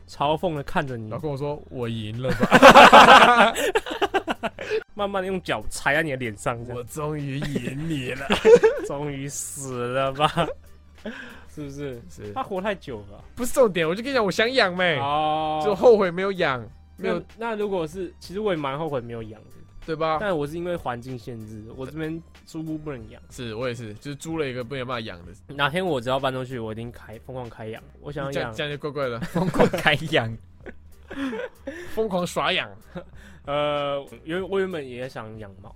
Speaker 3: 嘲讽的看着你
Speaker 5: 然后，跟我说我赢了吧，
Speaker 3: 慢慢的用脚踩在你的脸上，这
Speaker 5: 我
Speaker 3: 样
Speaker 5: 终于赢你了。
Speaker 3: 终于死了吧？ 是不是？
Speaker 5: 是
Speaker 3: 它活太久了啊
Speaker 5: 不是重点？我就跟你讲，我想养呗，
Speaker 3: 哦
Speaker 5: 就后悔没有养，没
Speaker 3: 那
Speaker 5: 有
Speaker 3: 那如果是，其实我也蛮后悔没有养的，
Speaker 5: 对吧？
Speaker 3: 但我是因为环境限制，我这边租屋不能养。
Speaker 5: 是我也是，就是租了一个没有办法养的，
Speaker 3: 哪天我只要搬出去，我一定开疯狂开养。我想
Speaker 5: 这
Speaker 3: 要
Speaker 5: 样
Speaker 3: 养
Speaker 5: 这样就怪怪的，
Speaker 4: 疯狂开 养，
Speaker 5: 疯狂耍养。
Speaker 3: 呃，因为我原本也想养猫，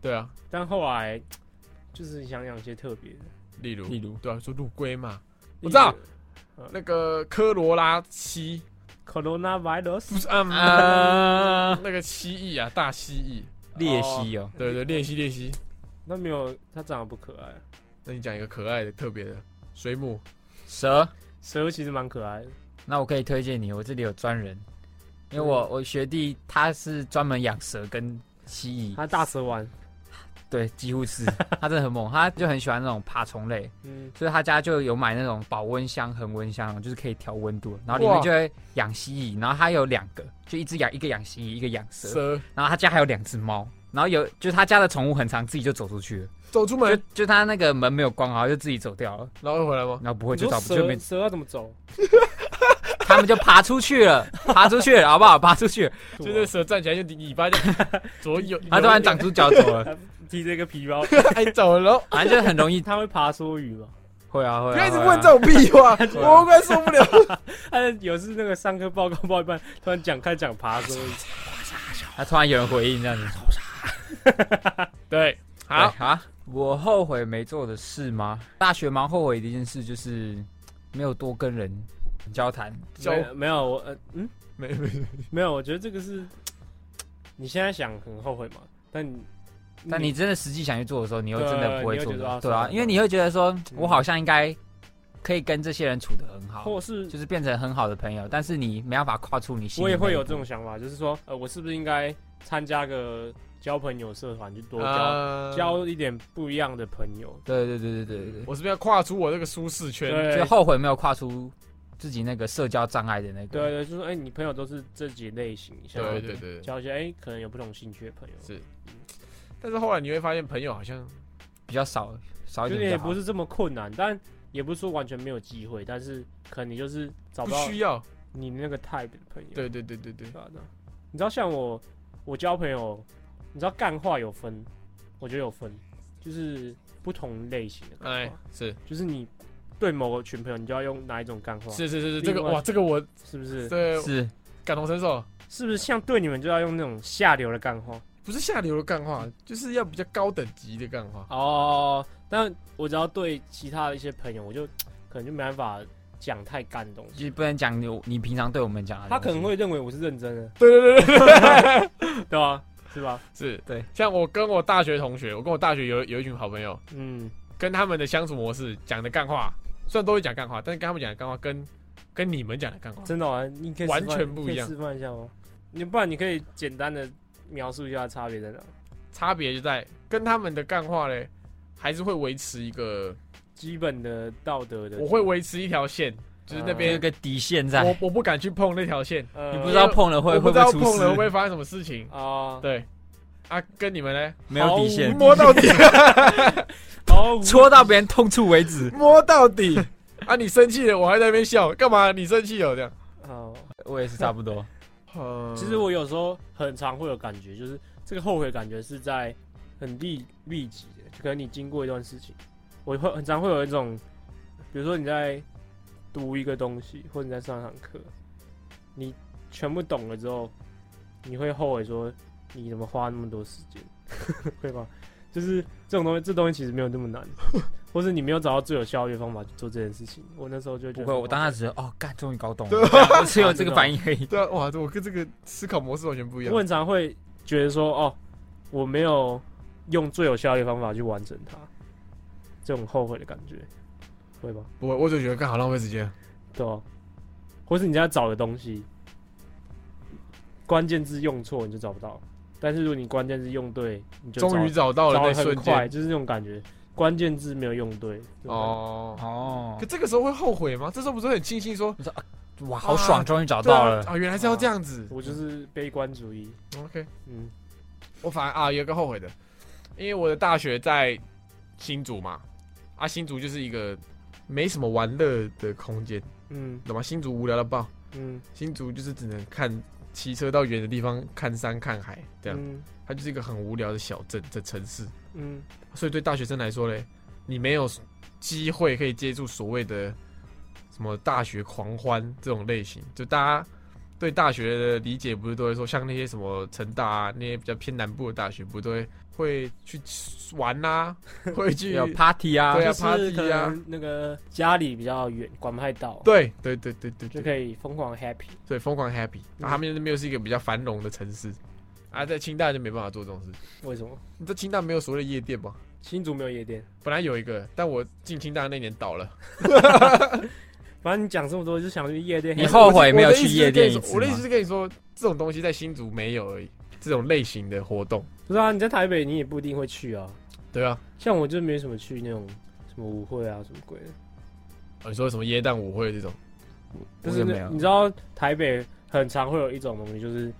Speaker 5: 对啊，
Speaker 3: 但后来就是想养些特别的。
Speaker 5: 例如
Speaker 4: 例如
Speaker 5: 对啊，说陆龟嘛，我知道
Speaker 3: 例如
Speaker 5: 那个科罗拉蜥
Speaker 3: coronavirus
Speaker 5: 不是啊，
Speaker 4: 啊
Speaker 5: 那个蜥蜴啊，大蜥蜴，
Speaker 4: 裂隙哦，
Speaker 5: 对对，练习练习。
Speaker 3: 那没有，它长得不可爱。
Speaker 5: 那你讲一个可爱的、特别的水母，
Speaker 4: 蛇。
Speaker 3: 蛇其实蛮可爱的，
Speaker 4: 那我可以推荐你，我这里有专人，因为我我学弟他是专门养蛇跟蜥蜴，
Speaker 3: 它大蛇丸。
Speaker 4: 对，几乎是 他真的很猛，他就很喜欢那种爬虫类，
Speaker 3: 嗯，
Speaker 4: 所以他家就有买那种保温箱、恒温箱，就是可以调温度，然后里面就会养蜥蜴，然后他有两个，就一只养一个养蜥蜴，一个养蛇，
Speaker 5: 蛇
Speaker 4: 然后他家还有两只猫，然后有就是他家的宠物很常自己就走出去了，
Speaker 5: 走出
Speaker 4: 就
Speaker 5: 门，
Speaker 4: 就他那个门没有关好，就自己走掉了，
Speaker 5: 然后会回来吗？
Speaker 4: 然后不会
Speaker 3: 你
Speaker 4: 就
Speaker 3: 说
Speaker 4: 找不就没
Speaker 3: 蛇蛇要怎么 走？
Speaker 4: 他们就爬出去了， 爬出去了，好不好？爬出去了，
Speaker 3: 啊
Speaker 5: 就那蛇站起来，就尾巴就左右，
Speaker 4: 他突然长出脚走了，
Speaker 3: 提着一个皮 包，
Speaker 5: 哎走了，
Speaker 4: 反啊正就很容易
Speaker 3: 它会爬梭鱼嘛？
Speaker 4: 会啊会啊，
Speaker 5: 不要一直
Speaker 4: 会啊
Speaker 5: 问这种屁话，
Speaker 4: 对啊
Speaker 5: 我快受不了。
Speaker 3: 它有次那个上课报告报一半，突然讲开讲爬梭鱼，
Speaker 4: 他突然有人回应这样子。
Speaker 5: 对，好，
Speaker 4: 对啊，我后悔没做的事吗？大学蛮后悔的一件事就是没有多跟人交谈。
Speaker 5: 交
Speaker 3: 没有没有我呃嗯。
Speaker 5: 没没
Speaker 3: 没有，我觉得这个是你现在想很后悔嘛，但你
Speaker 4: 但你真的实际想去做的时候，你又真的不会
Speaker 3: 对你会
Speaker 4: 做
Speaker 3: 觉得
Speaker 4: 的，
Speaker 3: 啊
Speaker 4: 对啊，
Speaker 3: 算了
Speaker 4: 因为你会觉得说，我好像应该可以跟这些人处得很好，
Speaker 3: 或是
Speaker 4: 就是变成很好的朋友，但是你没办法跨出你心。
Speaker 3: 我也会有这种，想法，就是说，呃，我是不是应该参加个交朋友社团，去多交、
Speaker 5: 啊
Speaker 3: 交一点不一样的朋友？
Speaker 4: 对对对对对对
Speaker 5: 我是不是要跨出我这个舒适圈？
Speaker 4: 对，
Speaker 3: 对
Speaker 4: 就后悔没有跨出自己那个社交障碍的那
Speaker 3: 对
Speaker 4: 个。
Speaker 3: 对，就是哎、你朋友都是这几类型，想要
Speaker 5: 对对对，对
Speaker 3: 交一些哎、可能有不同兴趣的朋友，
Speaker 5: 是。但是后来你会发现，朋友好像
Speaker 4: 比较少少一
Speaker 3: 就
Speaker 4: 点
Speaker 3: 是也
Speaker 4: 比较好，
Speaker 3: 不是这么困难，但也不是说完全没有机会，但是可能你就是找
Speaker 5: 不
Speaker 3: 不到
Speaker 5: 需要。
Speaker 3: 你那个 type 的朋友。
Speaker 5: 对对对对对，
Speaker 3: 对啊对啊你知道像我，我交朋友，你知道干话有分，我觉得有分，就是不同类型的干
Speaker 5: 哎
Speaker 3: 话，，
Speaker 5: 是
Speaker 3: 就是你对某个群朋友，你就要用哪一种干话，
Speaker 5: 是是是是，
Speaker 3: 另
Speaker 5: 这个
Speaker 3: 外
Speaker 5: 哇，这个我
Speaker 3: 是不是？
Speaker 5: 这
Speaker 4: 是
Speaker 5: 感同身受，
Speaker 3: 是不是像对你们就要用那种下流的干话？
Speaker 5: 不是下流的干话，就是要比较高等级的干话。
Speaker 3: 哦，但我只要对其他的一些朋友，我就可能就没办法讲太干的东西。
Speaker 4: 就不能讲你你平常对我们讲的东西，
Speaker 3: 他可能会认为我是认真的，
Speaker 5: 对对对对，
Speaker 3: 对吧、是吧？
Speaker 5: 是
Speaker 4: 对。
Speaker 5: 像我跟我大学同学，我跟我大学有有一群好朋友，
Speaker 3: 嗯，
Speaker 5: 跟他们的相处模式讲的干话，虽然都会讲干话，但是跟他们讲的干话跟跟你们讲的干话，
Speaker 3: 真的、啊，你可以示
Speaker 5: 完
Speaker 3: 范
Speaker 5: 全不一
Speaker 3: 可以
Speaker 5: 样
Speaker 3: 示范一下吗？你不然你可以简单的描述一下差别在哪？
Speaker 5: 差别就在跟他们的干话嘞，还是会维持一个，
Speaker 3: 基本的道德的，
Speaker 5: 我会维持一条线，就是那
Speaker 4: 有一
Speaker 5: 边、
Speaker 4: 个底线
Speaker 5: 我
Speaker 4: 在，
Speaker 5: 我不敢去碰那条线，
Speaker 3: 呃，
Speaker 4: 你不知道碰了会
Speaker 5: 我不
Speaker 4: 会
Speaker 5: 知道
Speaker 4: 出
Speaker 5: 碰了会不
Speaker 4: 事，
Speaker 5: 会发生什么事情。
Speaker 3: 啊，
Speaker 5: 对，啊，跟你们呢，
Speaker 4: 没有底线，
Speaker 5: 摸到底，
Speaker 3: 哦，
Speaker 4: 戳到别人痛处为止。
Speaker 5: 摸到底。啊，你生气了，我还在那边笑，干嘛？你生气了这样？
Speaker 3: 哦，
Speaker 4: 我也是差 不多，
Speaker 5: 嗯
Speaker 3: 其实我有时候很常会有感觉，就是这个后悔感觉是在很立立即的，就可能你经过一段事情，我会很常会有一种，比如说你在读一个东西，或者你在上一堂课，你全部懂了之后，你会后悔说你怎么花那么多时间， 会吗？就是这种东西，这东西其实没有那么难， 或是你没有找到最有效率的方法去做这件事情。我那时候就觉
Speaker 4: 不
Speaker 3: 得
Speaker 4: 会，
Speaker 3: 很
Speaker 4: 我当
Speaker 3: 后
Speaker 4: 下
Speaker 3: 悔
Speaker 4: 只是哦，干，终于搞懂
Speaker 5: 对
Speaker 4: 了，我只有这个反应而已。
Speaker 5: 对啊，哇，我跟这个思考模式完全不一样
Speaker 3: 我。很常会觉得说，哦，我没有用最有效率的方法去完成它，这种后悔的感觉，会吧？
Speaker 5: 我我就觉得干好浪费时间。
Speaker 3: 对啊，或是你在找的东西，关键字用错你就找不到，但是如果你关键字用对，你就
Speaker 5: 终于找到
Speaker 3: 找
Speaker 5: 了那
Speaker 3: 找得很
Speaker 5: 瞬
Speaker 3: 快，
Speaker 5: 间
Speaker 3: 就是那种感觉。关键字没有用对，哦，
Speaker 5: 哦。
Speaker 4: 哦
Speaker 5: 可，这个时候会后悔吗？这时候不是很庆幸说
Speaker 4: 哇，好爽，
Speaker 5: 啊
Speaker 4: 终于找到
Speaker 5: 对
Speaker 4: 了。
Speaker 5: 啊啊，原来是要这样子。
Speaker 3: 我就是悲观主义，
Speaker 5: OK，
Speaker 3: 嗯，
Speaker 5: 我反而啊有一个后悔的，因为我的大学在新竹嘛，啊新竹就是一个没什么玩乐的空间，
Speaker 3: 嗯
Speaker 5: 懂吗？新竹无聊到爆，
Speaker 3: 嗯，
Speaker 5: 新竹就是只能看骑车到远的地方看山看海这样，
Speaker 3: 嗯
Speaker 5: 它就是一个很无聊的小镇的城市，
Speaker 3: 嗯
Speaker 5: 所以对大学生来说嘞，你没有机会可以接触所谓的什么大学狂欢这种类型，就大家对大学的理解不是都会说，像那些什么成大啊，那些比较偏南部的大学，不都会会去玩呐、啊，会去
Speaker 4: 有 party 啊
Speaker 5: 对，啊
Speaker 3: 就是可
Speaker 5: party 啊
Speaker 3: 能那个家里比较远，管不太到，
Speaker 5: 对对对对对
Speaker 3: 就
Speaker 5: 对，
Speaker 3: 可以疯狂 happy。
Speaker 5: 对疯狂 happy。啊
Speaker 3: 嗯
Speaker 5: 那他们那边又是一个比较繁荣的城市，啊，在清大就没办法做这种事。
Speaker 3: 为什么？
Speaker 5: 你在清大没有所谓的夜店吗？
Speaker 3: 新竹没有夜店。
Speaker 5: 本来有一个，但我进清大那年倒了。
Speaker 3: 反正你讲这么多，就想去夜店。
Speaker 4: 你后悔没有
Speaker 5: 我的意
Speaker 4: 去
Speaker 5: 思是
Speaker 4: 夜
Speaker 5: 跟
Speaker 4: 店
Speaker 5: 你
Speaker 4: 一
Speaker 5: 说
Speaker 4: 次
Speaker 5: 我的意
Speaker 4: 吗
Speaker 5: 思是跟你说，这种东西在新竹没有而已，这种类型的活动，
Speaker 3: 不是啊，你在台北你也不一定会去啊。
Speaker 5: 对啊。
Speaker 3: 像我就没什么去那种什么舞会啊，什么鬼的。
Speaker 5: 哦你说什么椰蛋舞会这种，
Speaker 3: 就
Speaker 4: 我
Speaker 3: 是
Speaker 4: 也没
Speaker 3: 那
Speaker 4: 有
Speaker 3: 你知道台北很常会有一种东西，就是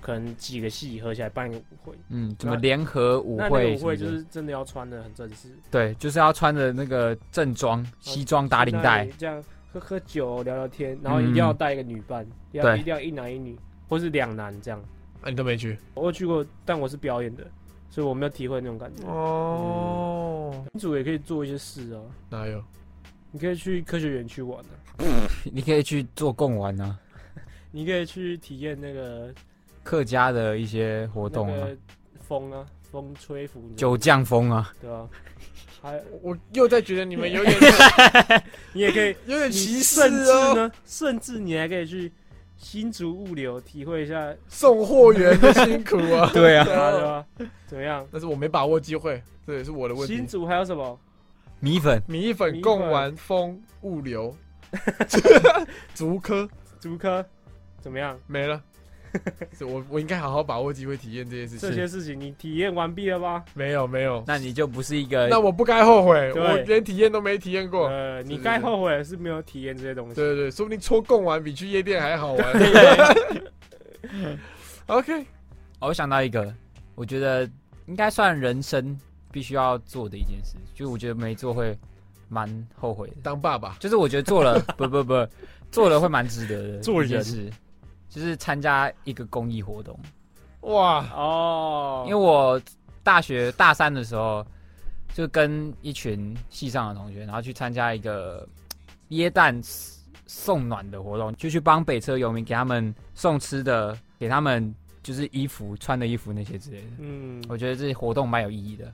Speaker 3: 可能几个系合起来办一个舞会。
Speaker 4: 嗯，什么联合舞
Speaker 3: 那那
Speaker 4: 会
Speaker 3: 个舞
Speaker 4: 什么
Speaker 3: 会
Speaker 4: 的？
Speaker 3: 就是真的要穿的很正式，
Speaker 4: 对，就是要穿着那个正装、西装打领带，，
Speaker 3: 这样喝喝酒聊聊天，然后一定要带一个女伴，要
Speaker 4: 对
Speaker 3: 一定要一男一女，或是两男这样。
Speaker 5: 啊，你都没去
Speaker 3: 我有去过，但我是表演的，所以我没有体会那种感觉。
Speaker 5: 哦？
Speaker 3: 民主也可以做一些事啊，
Speaker 5: 哪有？
Speaker 3: 你可以去科学园区玩啊，
Speaker 4: 你可以去做贡玩啊，
Speaker 3: 你可以去体验那个
Speaker 4: 客家的一些活动
Speaker 3: 那
Speaker 4: 啊，
Speaker 3: 个风啊，风吹拂你
Speaker 4: 酒降风啊，。
Speaker 3: 对吧？还有
Speaker 5: 我又在觉得你们有 点
Speaker 3: 你也可以，
Speaker 5: 有点
Speaker 3: 你
Speaker 5: 歧视
Speaker 3: 甚至
Speaker 5: 哦，
Speaker 3: 呢，甚至你还可以去新竹物流体会一下，
Speaker 5: 送货员的辛苦 啊
Speaker 4: 对啊，
Speaker 3: 对吧？怎么样？
Speaker 5: 但是我没把握机会，这也是我的问
Speaker 3: 新
Speaker 5: 题。
Speaker 3: 竹还有什么？
Speaker 4: 米粉
Speaker 5: 米粉、
Speaker 3: 米粉
Speaker 5: 贡丸、风、物流、竹科
Speaker 3: 竹科怎么样？
Speaker 5: 没了。 是我我应该好好把握机会体验这件事
Speaker 3: 这
Speaker 5: 情。
Speaker 3: 些事情你体验完毕了吗？
Speaker 5: 没有没有，
Speaker 4: 那你就不是一个
Speaker 5: 那我不该后悔，
Speaker 3: 对
Speaker 5: 我连体验都没体验过。
Speaker 3: 呃，
Speaker 5: 是
Speaker 3: 你
Speaker 5: 是
Speaker 3: 该
Speaker 5: 是
Speaker 3: 后悔的是没有体验这些东西。
Speaker 5: 对对对，说不定抽贡丸比去夜店还好玩。OK，
Speaker 4: 哦我想到一个，我觉得应该算人生必须要做的一件事，就我觉得没做会蛮后悔的。
Speaker 5: 当爸爸
Speaker 4: 就是我觉得做了 不不不，做了会蛮值得的。
Speaker 3: 做
Speaker 4: 一件
Speaker 3: 人
Speaker 4: 事，就是参加一个公益活动。
Speaker 5: 哇，
Speaker 3: 哦，
Speaker 4: 因为我大学大三的时候，就跟一群系上的同学，然后去参加一个耶诞送暖的活动，就去帮北车游民给他们送吃的，给他们就是衣服穿的衣服那些之类的。
Speaker 3: 嗯，
Speaker 4: 我觉得这些活动蛮有意义的，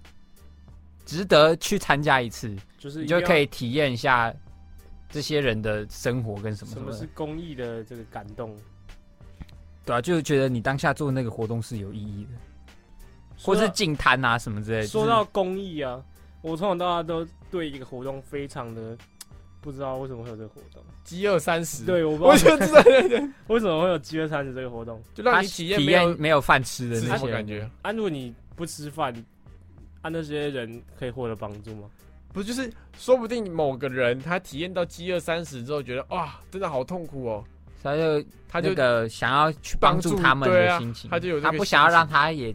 Speaker 4: 值得去参加一次，
Speaker 3: 就是
Speaker 4: 你
Speaker 3: 一
Speaker 4: 就
Speaker 3: 定要
Speaker 4: 可以体验一下这些人的生活跟什么
Speaker 3: 什
Speaker 4: 什么
Speaker 3: 么
Speaker 4: 的
Speaker 3: 是。公益的这个感动，
Speaker 4: 对啊，就觉得你当下做那个活动是有意义的，或
Speaker 3: 说
Speaker 4: 是
Speaker 3: 到
Speaker 4: 净摊啊什么之类的。
Speaker 3: 说
Speaker 4: 就是
Speaker 3: 到公益啊，我从小到大都对一个活动非常的不知道为什么会有这个活动。
Speaker 5: 饥饿三十，，
Speaker 3: 对，我不
Speaker 5: 我
Speaker 3: 知道
Speaker 5: 就知道，
Speaker 3: 为什么会有饥饿餐食这个活动。
Speaker 5: 就让
Speaker 4: 他
Speaker 5: 你体验
Speaker 4: 体
Speaker 5: 没有
Speaker 4: 验没有饭吃的
Speaker 5: 是
Speaker 4: 那
Speaker 5: 什么
Speaker 4: 些
Speaker 5: 感觉？
Speaker 3: 啊，如果你不吃饭，啊那些人可以获得帮助吗？
Speaker 5: 不就是说不定某个人他体验到饥饿三十之后，觉得哇，真的好痛苦哦，
Speaker 4: 所以他就
Speaker 5: 他
Speaker 4: 那
Speaker 5: 就
Speaker 4: 个想要去帮助他们
Speaker 5: 帮助对
Speaker 4: 的
Speaker 5: 啊
Speaker 4: 心情，
Speaker 5: 他就有这
Speaker 4: 他
Speaker 5: 个
Speaker 4: 不想要
Speaker 5: 心情
Speaker 4: 让他也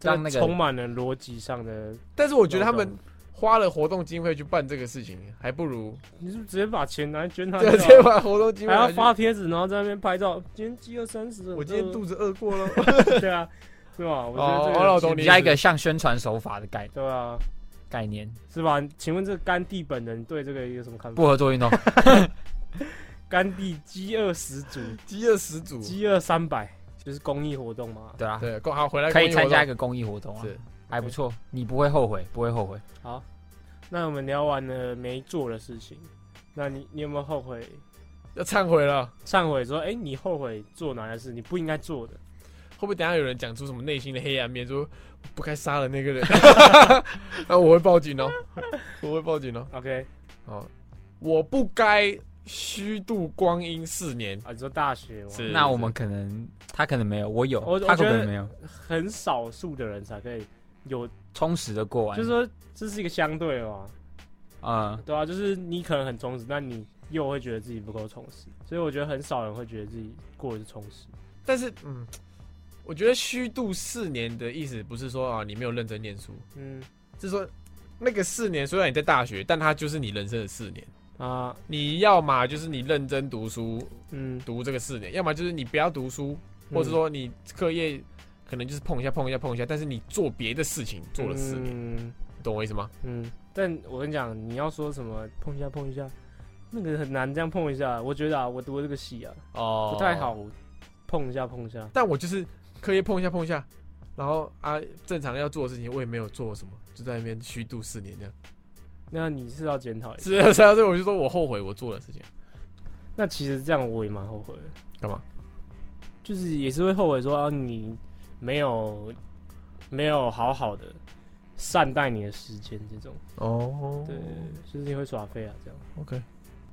Speaker 4: 让那
Speaker 3: 这充
Speaker 4: 个
Speaker 3: 满了逻辑上的漏洞。
Speaker 5: 但是我觉得他们花了活动经费去办这个事情，还不如
Speaker 3: 你是不是直接把钱拿去捐他就
Speaker 5: 对
Speaker 3: 好了？
Speaker 5: 直接把活动经费
Speaker 3: 啊还要
Speaker 5: 拿去
Speaker 3: 发贴纸，然后在那边拍照。今天饥饿三十，
Speaker 5: 我今天肚子饿过了，
Speaker 3: 子 对啊，是吧？我觉得这个
Speaker 5: 哦我懂你
Speaker 4: 比较一个像宣传手法的概
Speaker 3: 对啊，
Speaker 4: 概念，
Speaker 3: 是吧？请问这甘地本人对这个有什么看法？
Speaker 4: 不合 作运动，
Speaker 3: 甘地饥饿十足，
Speaker 5: 饥饿十足，
Speaker 3: 饥饿三百，就是公益活动嘛。
Speaker 4: 对啊，
Speaker 5: 对，够好回来
Speaker 4: 可以
Speaker 5: 公益活
Speaker 4: 参加一
Speaker 5: 动
Speaker 4: 个公益活动啊
Speaker 5: 是，
Speaker 4: 还不错，你不会后悔，不会后悔。
Speaker 3: 那我们聊完了没做的事情，那你你有没有后悔？
Speaker 5: 要忏悔了，
Speaker 3: 忏悔说，哎、你后悔做哪件事你不应该做的？
Speaker 5: 会不会等一下有人讲出什么内心的黑暗面，说我不该杀了那个人，那我会报警哦，我会报警哦，
Speaker 3: OK
Speaker 5: 哦，我不该虚度光阴四年，
Speaker 3: 啊，你说大学吗
Speaker 5: 是
Speaker 4: 那我们可能他可能没有，我有
Speaker 3: 我，
Speaker 4: 他
Speaker 3: 我觉
Speaker 4: 可
Speaker 3: 得
Speaker 4: 能没有，
Speaker 3: 很少数的人才可以有，
Speaker 4: 充实的过完，
Speaker 3: 就是说这是一个相对的嘛，
Speaker 4: 嗯，
Speaker 3: 对啊，就是你可能很充实，但你又会觉得自己不够充实，所以我觉得很少人会觉得自己过得是充实。
Speaker 5: 但是嗯，我觉得虚度四年的意思不是说啊你没有认真念书，
Speaker 3: 嗯
Speaker 5: 是说那个四年虽然你在大学，但它就是你人生的四年。
Speaker 3: 啊，
Speaker 5: 你要嘛就是你认真读书，
Speaker 3: 嗯，
Speaker 5: 读这个四年；要么就是你不要读书，或者说你课业可能就是碰一下碰一下碰一下，但是你做别的事情做了四
Speaker 3: 嗯
Speaker 5: 年，
Speaker 3: 年，
Speaker 5: 你懂我意思吗？
Speaker 3: 嗯，但我跟你讲，你要说什么碰一下碰一下，那个很难这样碰一下。我觉得啊，我读的这个系啊
Speaker 5: 哦
Speaker 3: 不太。好碰一下碰一下。
Speaker 5: 但我就是课业碰一下碰一下，然后啊正常要做的事情我也没有做什么，就在那边虚度四年这样。
Speaker 3: 那你是要检讨一下。
Speaker 5: 是啊是啊，所以我就说我后悔我做的事情。
Speaker 3: 那其实这样我也蛮后悔的，
Speaker 5: 干嘛？
Speaker 3: 就是也是会后悔说啊，你没有没有好好的善待你的时间这种，
Speaker 5: 哦
Speaker 3: 对，就是你会耍废啊这样。
Speaker 5: ，OK，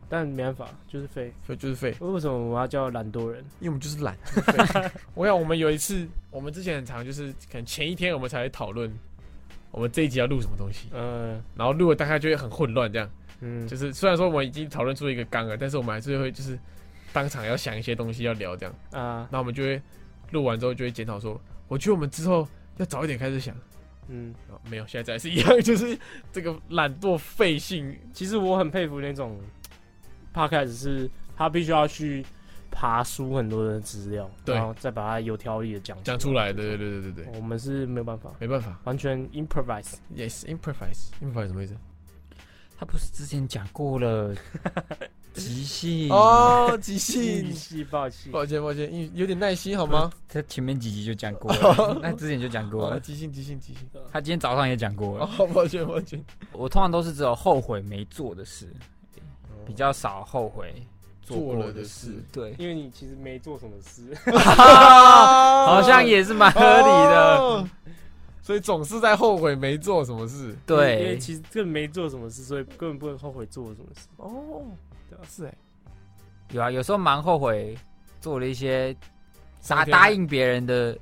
Speaker 3: 但没办法，就是废。
Speaker 5: 所以就是废。
Speaker 3: 为什么我要叫懒惰人？
Speaker 5: 因为我们就是懒。就是 废我想我们有一次，我们之前很长，就是可能前一天我们才会讨论我们这一集要录什么东西，
Speaker 3: 呃，
Speaker 5: 然后录了大概就会很混乱，这样。
Speaker 3: 嗯，
Speaker 5: 就是虽然说我们已经讨论出一个纲了，但是我们还是会就是当场要想一些东西要聊这样。
Speaker 3: 啊，
Speaker 5: 那我们就会录完之后就会检讨说，我觉得我们之后要早一点开始想。
Speaker 3: 嗯，
Speaker 5: 哦没有，现在还是一样， 就是这个懒惰废性。
Speaker 3: 其实我很佩服那种 podcast 是他必须要去爬书很多的资料，
Speaker 5: 对
Speaker 3: 然后再把它有条理的讲
Speaker 5: 讲出来，对对对对对对，
Speaker 3: 我们是没有办法，
Speaker 5: 没办法
Speaker 3: 完全 improvise。
Speaker 5: ，yes improvise，improvise 什么意思？
Speaker 4: 他不是之前讲过 了，即兴，
Speaker 5: 哦，即
Speaker 3: 气
Speaker 5: 兴。
Speaker 3: 气爆气，
Speaker 5: 抱歉，抱歉，因为有点耐心好吗？
Speaker 4: 他前面几集就讲过 了，那之前就讲过
Speaker 5: 啊，
Speaker 4: 了，
Speaker 5: 即兴，即兴，即兴。
Speaker 4: 他今天早上也讲过了
Speaker 5: 哦。，抱歉，抱 歉。
Speaker 4: 我通常都是只有后悔没做的事，比较少后悔过
Speaker 5: 做了
Speaker 4: 的
Speaker 5: 的事。
Speaker 4: 对，
Speaker 3: 因为你其实没做什么事，
Speaker 4: 好像也是蛮合理的。
Speaker 5: 哦所以总是在后悔没做什么事。
Speaker 3: 因为
Speaker 4: 对，
Speaker 3: 其实根本没做什么事，所以根本不会后悔做了什么事。
Speaker 5: 哦，是哎，
Speaker 4: 有啊，有时候蛮后悔做了一些答
Speaker 5: 上天
Speaker 4: 答应别人的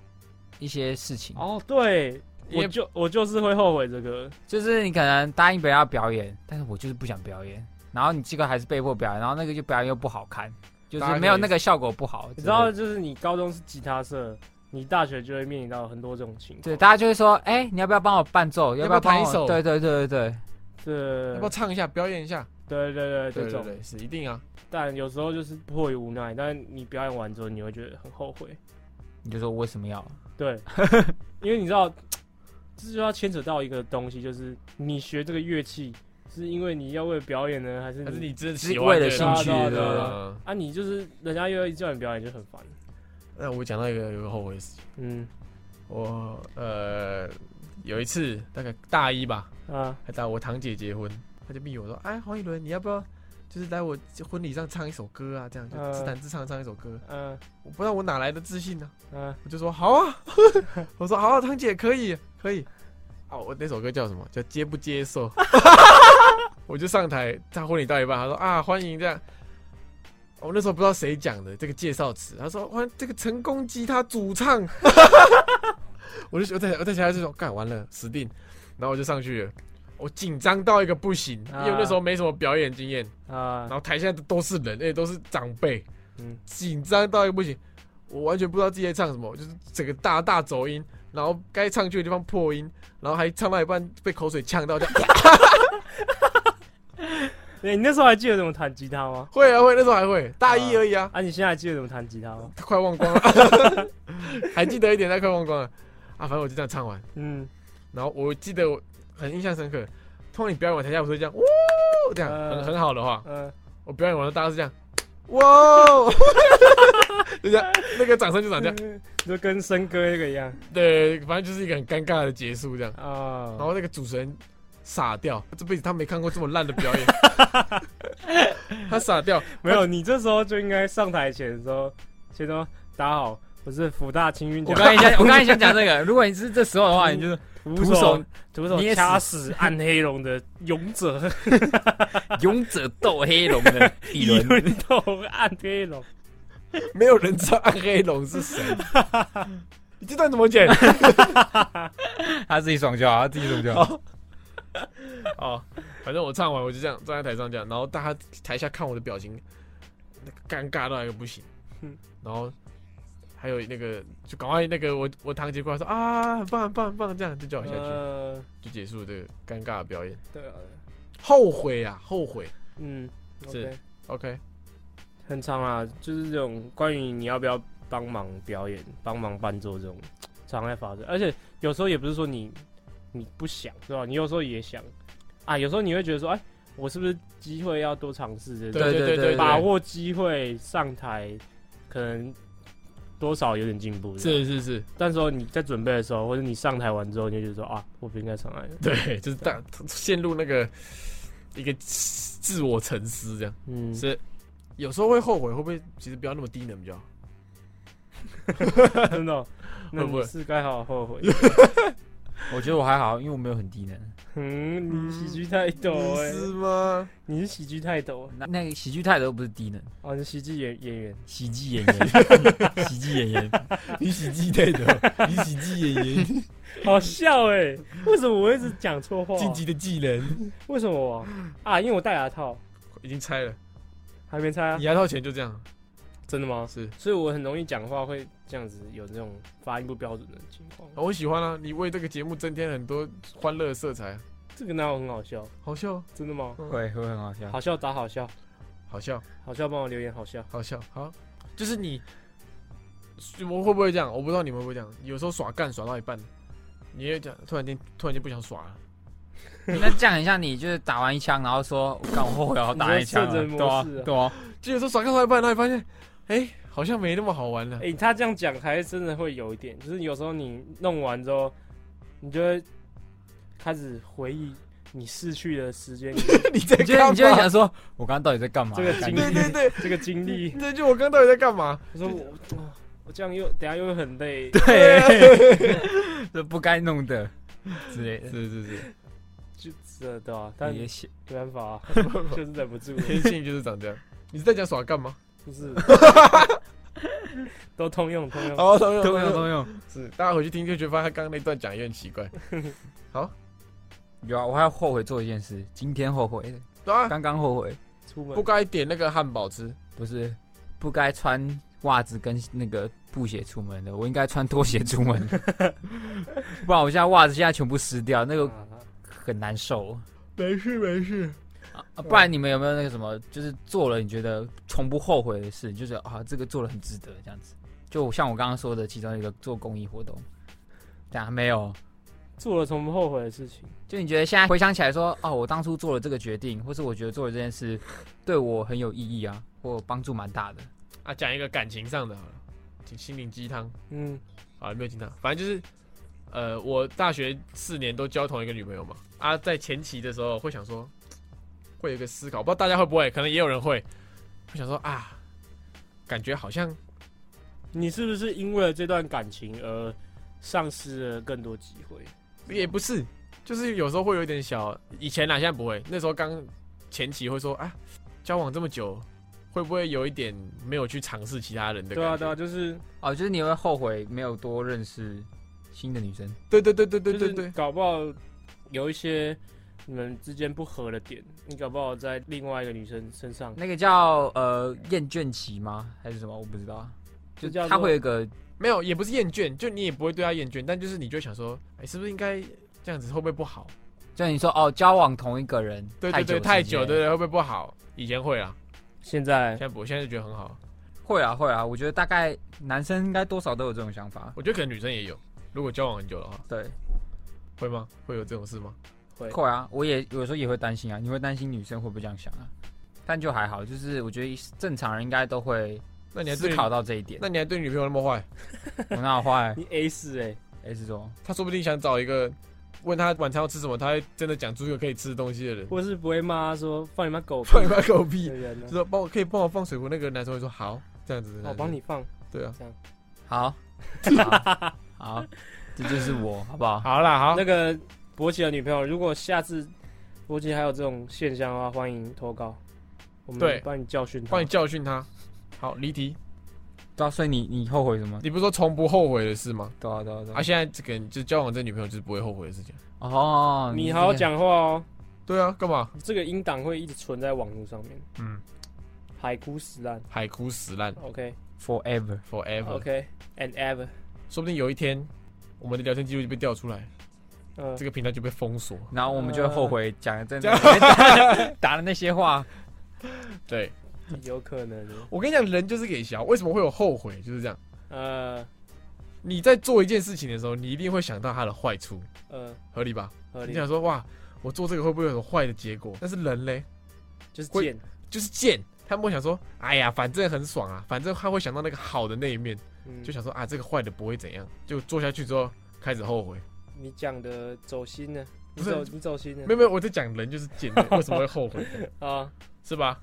Speaker 4: 一些事情，
Speaker 3: 哦，对，我
Speaker 5: 也
Speaker 3: 就我就是会后悔这个，
Speaker 4: 就是你可能答应别人要表演，但是我就是不想表演，然后你这个还是被迫表演，然后那个就表演又不好看，就
Speaker 5: 大家可
Speaker 4: 是
Speaker 5: 以
Speaker 4: 没有那个效果不好。
Speaker 3: 你知道，？就是你高中是吉他社，你大学就会面临到很多这种情况。
Speaker 4: 对，大家就会说，哎、你要不要帮我伴奏？
Speaker 5: 要不
Speaker 4: 要不
Speaker 5: 要
Speaker 4: 要帮
Speaker 5: 弹一
Speaker 4: 我
Speaker 5: 首
Speaker 4: 对对对对对，
Speaker 3: 这
Speaker 5: 要不要唱一下，表演一下？
Speaker 3: 对对对
Speaker 5: 对
Speaker 3: 这
Speaker 5: 对
Speaker 3: 种，
Speaker 5: 对，是一定啊。
Speaker 3: 但有时候就是迫于无奈，但你表演完之后你会觉得很后悔，
Speaker 4: 你就说我为什么要？
Speaker 3: 对，因为你知道，这就要牵扯到一个东西，就是你学这个乐器是因为你要为了表演呢，还是
Speaker 5: 还是你真的
Speaker 4: 嗯是
Speaker 5: 喜
Speaker 4: 为
Speaker 5: 欢
Speaker 4: 了
Speaker 5: 这
Speaker 4: 兴
Speaker 5: 个
Speaker 4: 趣
Speaker 3: 对啊
Speaker 5: 对
Speaker 3: 对啊对
Speaker 4: 的，
Speaker 5: 啊
Speaker 3: 啊？你就是人家又要叫你表演就很烦，
Speaker 5: 那我讲到一个有一个后悔的事情，
Speaker 3: 嗯
Speaker 5: 我呃有一次大概大一吧，
Speaker 3: 啊，
Speaker 5: 还打我堂姐结婚，他就逼我说：“哎，黄一伦，你要不要就是来我婚礼上唱一首歌啊？这样就
Speaker 3: 嗯
Speaker 5: 自弹自唱唱一首歌。
Speaker 3: 嗯
Speaker 5: 我不知道我哪来的自信呢、
Speaker 3: 嗯
Speaker 5: 我就说：“好啊！” 我说：“好啊，堂姐可以，可以。”啊，我那首歌叫什么？叫《接不接受》。 我就上台，他婚礼到一半，他说：“啊，欢迎这样。”我那时候不知道谁讲的这个介绍词，他说：“欢这个成功吉他主唱。” 我就我在我在想这种干完了死定，然后我就上去了，我紧张到一个不行，因
Speaker 3: 啊
Speaker 5: 为我那时候没什么表演经验，
Speaker 3: 啊
Speaker 5: 然，后台下都是人，而哎且都是长辈，
Speaker 3: 嗯
Speaker 5: 紧张到一个不行，我完全不知道自己在唱什么，我就是整个大大走音，然后该唱去的地方破音，然后还唱到一半被口水呛到， 这样
Speaker 3: 哎你那时候还记得怎么弹吉他吗？
Speaker 5: 会啊会，那时候还会，大一而已啊，
Speaker 3: 啊，你现在还记得怎么弹吉他吗？
Speaker 5: 快忘光了， 还记得一点，但快忘光了，啊，反正我就这样唱完，
Speaker 3: 嗯，
Speaker 5: 然后我记得我很印象深刻，通常你表演完台下不是会这样，呜，这样很
Speaker 3: 嗯
Speaker 5: 很好的话，
Speaker 3: 嗯，
Speaker 5: 我表演完了大家是这样，呃哇，哦 就这样，那个掌声就长这样，
Speaker 3: 就跟森哥那个一样
Speaker 5: 对，反正就是一个很尴尬的结束这样。
Speaker 3: 啊。
Speaker 5: 然后那个主持人傻掉，这辈子他没看过这么烂的 表演，他傻掉，
Speaker 3: 没有，你这时候就应该上台前的时候，先说大家好，我是福大青云
Speaker 4: 我
Speaker 3: 奖
Speaker 4: 刚 才 想，我刚才想讲这个，如果你是这时候的话，你就是
Speaker 3: 徒
Speaker 4: 徒手
Speaker 3: 手徒手
Speaker 4: 捏死
Speaker 3: 掐死暗黑龙的勇者
Speaker 4: 勇者斗黑龙 的 一
Speaker 3: 一
Speaker 4: 轮，
Speaker 3: 轮斗暗黑龙，
Speaker 5: 没有人知道暗黑龙是谁。 你这段怎么剪？
Speaker 4: 他自己爽就好，他自己爽就好。
Speaker 5: 哦，反正我唱完我就这样站在台上这样，然后大家台下看我的表情，那个尴尬到一个不行
Speaker 3: 嗯。
Speaker 5: 然后还有那个就赶快那个我我堂姐过来说啊，很棒很棒很棒，这样就叫我下去，
Speaker 3: 呃，
Speaker 5: 就结束这个尴尬的表演。
Speaker 3: 对啊，
Speaker 5: 后悔啊，后悔。
Speaker 3: 嗯
Speaker 5: 是
Speaker 3: ，OK，
Speaker 5: OK，
Speaker 3: 很长啊，就是这种关于你要不要帮忙表演、帮忙伴奏这种，常在发生，而且有时候也不是说你你不想，对吧？你有时候也想啊，有时候你会觉得说，哎，我是不是机会要多尝试这种？
Speaker 5: 对
Speaker 4: 对
Speaker 5: 对
Speaker 4: 对
Speaker 5: 对，
Speaker 3: 把握机会上台，可能多少有点进步。这
Speaker 5: 是
Speaker 3: 样，
Speaker 5: 是是，
Speaker 3: 但时候你在准备的时候，或者你上台完之后，你就觉得说啊，我不应该上来的。
Speaker 5: 对， 就是大陷入那个一个自我沉思这样，
Speaker 3: 嗯，
Speaker 5: 是有时候会后悔，会不会其实不要那么低能比较好？
Speaker 3: 真的哦，那
Speaker 5: 会不会
Speaker 3: 你是该好好后悔。
Speaker 4: 我觉得我还好，因为我没有很低能。
Speaker 3: 嗯，你喜剧太抖 哎，
Speaker 5: 吗？
Speaker 3: 你是喜剧太抖
Speaker 4: 那那个喜剧态度不是低能，
Speaker 3: 哦，你是喜剧演演员。
Speaker 4: 喜剧演 员，喜剧 演员，
Speaker 5: 你喜剧类的，你喜剧演员，
Speaker 3: 好笑哎，为什么我一直讲错话？
Speaker 5: 晋级的技能
Speaker 3: 为什么我啊？因为我戴牙套，
Speaker 5: 已经拆了，
Speaker 3: 还 没拆啊
Speaker 5: 你？牙套钱就这样，
Speaker 3: 真的吗？
Speaker 5: 是
Speaker 3: 所以我很容易讲话会这样子，有那种发音不标准的情况。
Speaker 5: 哦我喜欢啊，你为这个节目增添很多欢乐的色彩，啊
Speaker 3: 这个哪有很好笑？
Speaker 5: 好笑，哦
Speaker 3: 真的吗？
Speaker 4: 会会很好笑。
Speaker 3: 好笑打好笑，
Speaker 5: 好笑，
Speaker 3: 好笑帮我留言好笑。
Speaker 5: 好笑，好，就是你，我会不会这样？我不知道你们会不会这样，有时候耍干耍到一半，你也讲，突然间突然间不想耍了。
Speaker 4: 那这样很像你就是打完一枪，然后说“干我后悔了，我打完一枪了”，
Speaker 3: 你说
Speaker 4: 对啊
Speaker 3: 圣人模式啊
Speaker 4: 对啊，
Speaker 5: 就有时候耍干到一半，然后你发现，哎、好像没那么好玩了。
Speaker 3: 哎、他这样讲还真的会有一点，就是有时候你弄完之后，你就会开始回忆你逝去的 时间，
Speaker 5: 你在
Speaker 4: 你就会你就会想说，我刚刚到底在干嘛？
Speaker 3: 这个经
Speaker 4: 感
Speaker 3: 历
Speaker 4: 觉
Speaker 5: 对对对，
Speaker 3: 这个经历。
Speaker 5: 那就我刚刚到底在干嘛？
Speaker 3: 我说我啊我这样又等下又会很累，
Speaker 4: 对， 这不该弄的之类的。
Speaker 5: 是是是，
Speaker 3: 是啊的，对吧、但
Speaker 4: 也
Speaker 3: 没
Speaker 4: 写
Speaker 3: 办 法、啊，就是忍不住，
Speaker 5: 天性就是长这样。 你是在讲耍干吗？
Speaker 3: 不是，都通用通用。
Speaker 5: 哦，都有
Speaker 4: 通用通用。
Speaker 5: 是，大家回去听就觉得发现他刚刚那段讲也很奇怪。
Speaker 4: 有啊，我还后悔做一件事，今天后悔的，
Speaker 5: 对啊，
Speaker 4: 刚刚后悔，
Speaker 3: 出
Speaker 5: 不
Speaker 3: 门啊
Speaker 5: 该点那个汉堡吃。
Speaker 4: 不是不该穿袜子跟那个布鞋出门的，我应该穿拖鞋出门，不然我现在袜子现在全部湿掉，那个
Speaker 3: 啊
Speaker 4: 很难受。
Speaker 5: 没事没事，
Speaker 4: 啊不然你们有没有那个什么，就是做了你觉得从不后悔的事，就是啊这个做了很值得这样子？就像我刚刚说的，其中一个做公益活动，这样没有？
Speaker 3: 做了从不后悔的事情。
Speaker 4: 就你觉得现在回想起来说，哦，我当初做了这个决定，或是我觉得做了这件事对我很有意义啊，或帮助蛮大的。
Speaker 5: 啊，讲一个感情上的好了，心心灵鸡汤。
Speaker 3: 嗯，
Speaker 5: 啊，没有经常，反正就是，呃，我大学四年都交同一个女朋友嘛，啊，在前期的时候会想说，会有一个思考，不知道大家会不会，可能也有人会，会想说啊，感觉好像
Speaker 3: 你是不是因为了这段感情而丧失了更多机会？
Speaker 5: 也不是，就是有时候会有一点小，以前啦，现在不会，那时候刚前期会说啊，交往这么久，会不会有一点没有去尝试其他人的
Speaker 3: 对啊，
Speaker 5: 感觉？
Speaker 3: 对啊，就是
Speaker 4: 哦，就是你会后悔没有多认识新的女生。
Speaker 5: 对对对对对
Speaker 3: 就
Speaker 5: 对
Speaker 3: 是
Speaker 5: 对，
Speaker 3: 搞不好有一些你们之间不合的点，你搞不好在另外一个女生身上，
Speaker 4: 那个叫呃厌倦期吗？还是什么？我不知道啊。就
Speaker 3: 就叫做
Speaker 4: 他会有一个
Speaker 5: 没有，也不是厌倦，就你也不会对她厌倦，但就是你就会想说，哎、是不是应该这样子会不会不好？
Speaker 4: 就你说哦，交往同一个人
Speaker 5: 对对对，太
Speaker 4: 太久
Speaker 5: 久，
Speaker 4: 时间
Speaker 5: 对对，会不会不好？以前会啊，
Speaker 3: 现在
Speaker 5: 现在不，我现在就觉得很好。
Speaker 4: 会啊会啊，我觉得大概男生应该多少都有这种想法，
Speaker 5: 我觉得可能女生也有，如果交往很久的话，
Speaker 4: 对，
Speaker 5: 会吗？会有这种事吗？
Speaker 3: 会
Speaker 4: 会啊，我也有时候也会担心啊，你会担心女生会不会这样想啊？但就还好，就是我觉得正常人应该都会
Speaker 5: 那你还
Speaker 4: 思
Speaker 5: 对，
Speaker 4: 考到这一点。
Speaker 5: 那你还对女朋友那么坏？
Speaker 4: 我那我坏
Speaker 3: 你 A 四
Speaker 5: 欸
Speaker 3: 哎、
Speaker 4: S 说，
Speaker 5: 她说不定想找一个问她晚餐要吃什么，她会真的讲出一个可以吃的东西的人。
Speaker 3: 或是不会骂他说放你妈狗屁
Speaker 5: 放你妈狗屁
Speaker 3: 的！人啊呢
Speaker 5: 就、说帮我可以帮我放水壶，那个男生会说好，这样子。
Speaker 3: 我哦帮。你放，
Speaker 5: 对啊，
Speaker 4: 好，好，好这就是我，好不好？
Speaker 5: 好啦，好
Speaker 3: 那，个博奇的女朋友，如果下次博奇还有这种现象的话，欢迎投稿，我
Speaker 5: 对
Speaker 3: 们帮你教训他。
Speaker 5: 帮你教训他。好，离题。
Speaker 4: 对啊，所以你你后悔什么？
Speaker 5: 你不是说从不后悔的事吗？
Speaker 4: 对啊对啊对
Speaker 3: 哎
Speaker 5: 啊，
Speaker 4: 啊。
Speaker 5: 现在这个人就交往这女朋友就是不会后悔的事情。
Speaker 4: 哦，
Speaker 3: 你
Speaker 4: 这
Speaker 3: 好好
Speaker 4: 个，
Speaker 3: 讲话哦，
Speaker 5: 对啊，干嘛？
Speaker 3: 这个音档会一直存在网络上面，
Speaker 5: 嗯，
Speaker 3: 海枯石烂。
Speaker 5: 海枯石烂
Speaker 3: OK
Speaker 4: forever。
Speaker 3: 呃
Speaker 5: ，forever。
Speaker 3: OK and ever，
Speaker 5: 说不定有一天，我们的聊天记录就被调出来，
Speaker 3: 嗯、
Speaker 5: 这个平台就被封锁。
Speaker 4: 然后我们就会后悔讲了真的
Speaker 5: 呃
Speaker 4: 打了那些话，
Speaker 5: 对
Speaker 3: 有可能的。
Speaker 5: 我跟你讲，人就是给小，为什么会有后悔？就是这样，
Speaker 3: 呃
Speaker 5: 你在做一件事情的时候，你一定会想到它的坏处，
Speaker 3: 呃，
Speaker 5: 合理吧？
Speaker 3: 合
Speaker 5: 你
Speaker 3: 理
Speaker 5: 想说哇，我做这个会不会有什么坏的结果？但是人嘞，
Speaker 3: 就是
Speaker 5: 会
Speaker 3: 贱。
Speaker 5: 就是贱，他们会想说，哎呀，反正很爽啊，反正他会想到那个好的那一面，
Speaker 3: 嗯，
Speaker 5: 就想说啊，这个坏的不会怎样，就做下去之后开始后悔。
Speaker 3: 你讲的走心呢，你
Speaker 5: 不是
Speaker 3: 走你走心呢
Speaker 5: 没有没有，我在讲人就是 贱，为什么会后悔？
Speaker 3: 啊，
Speaker 5: 是吧？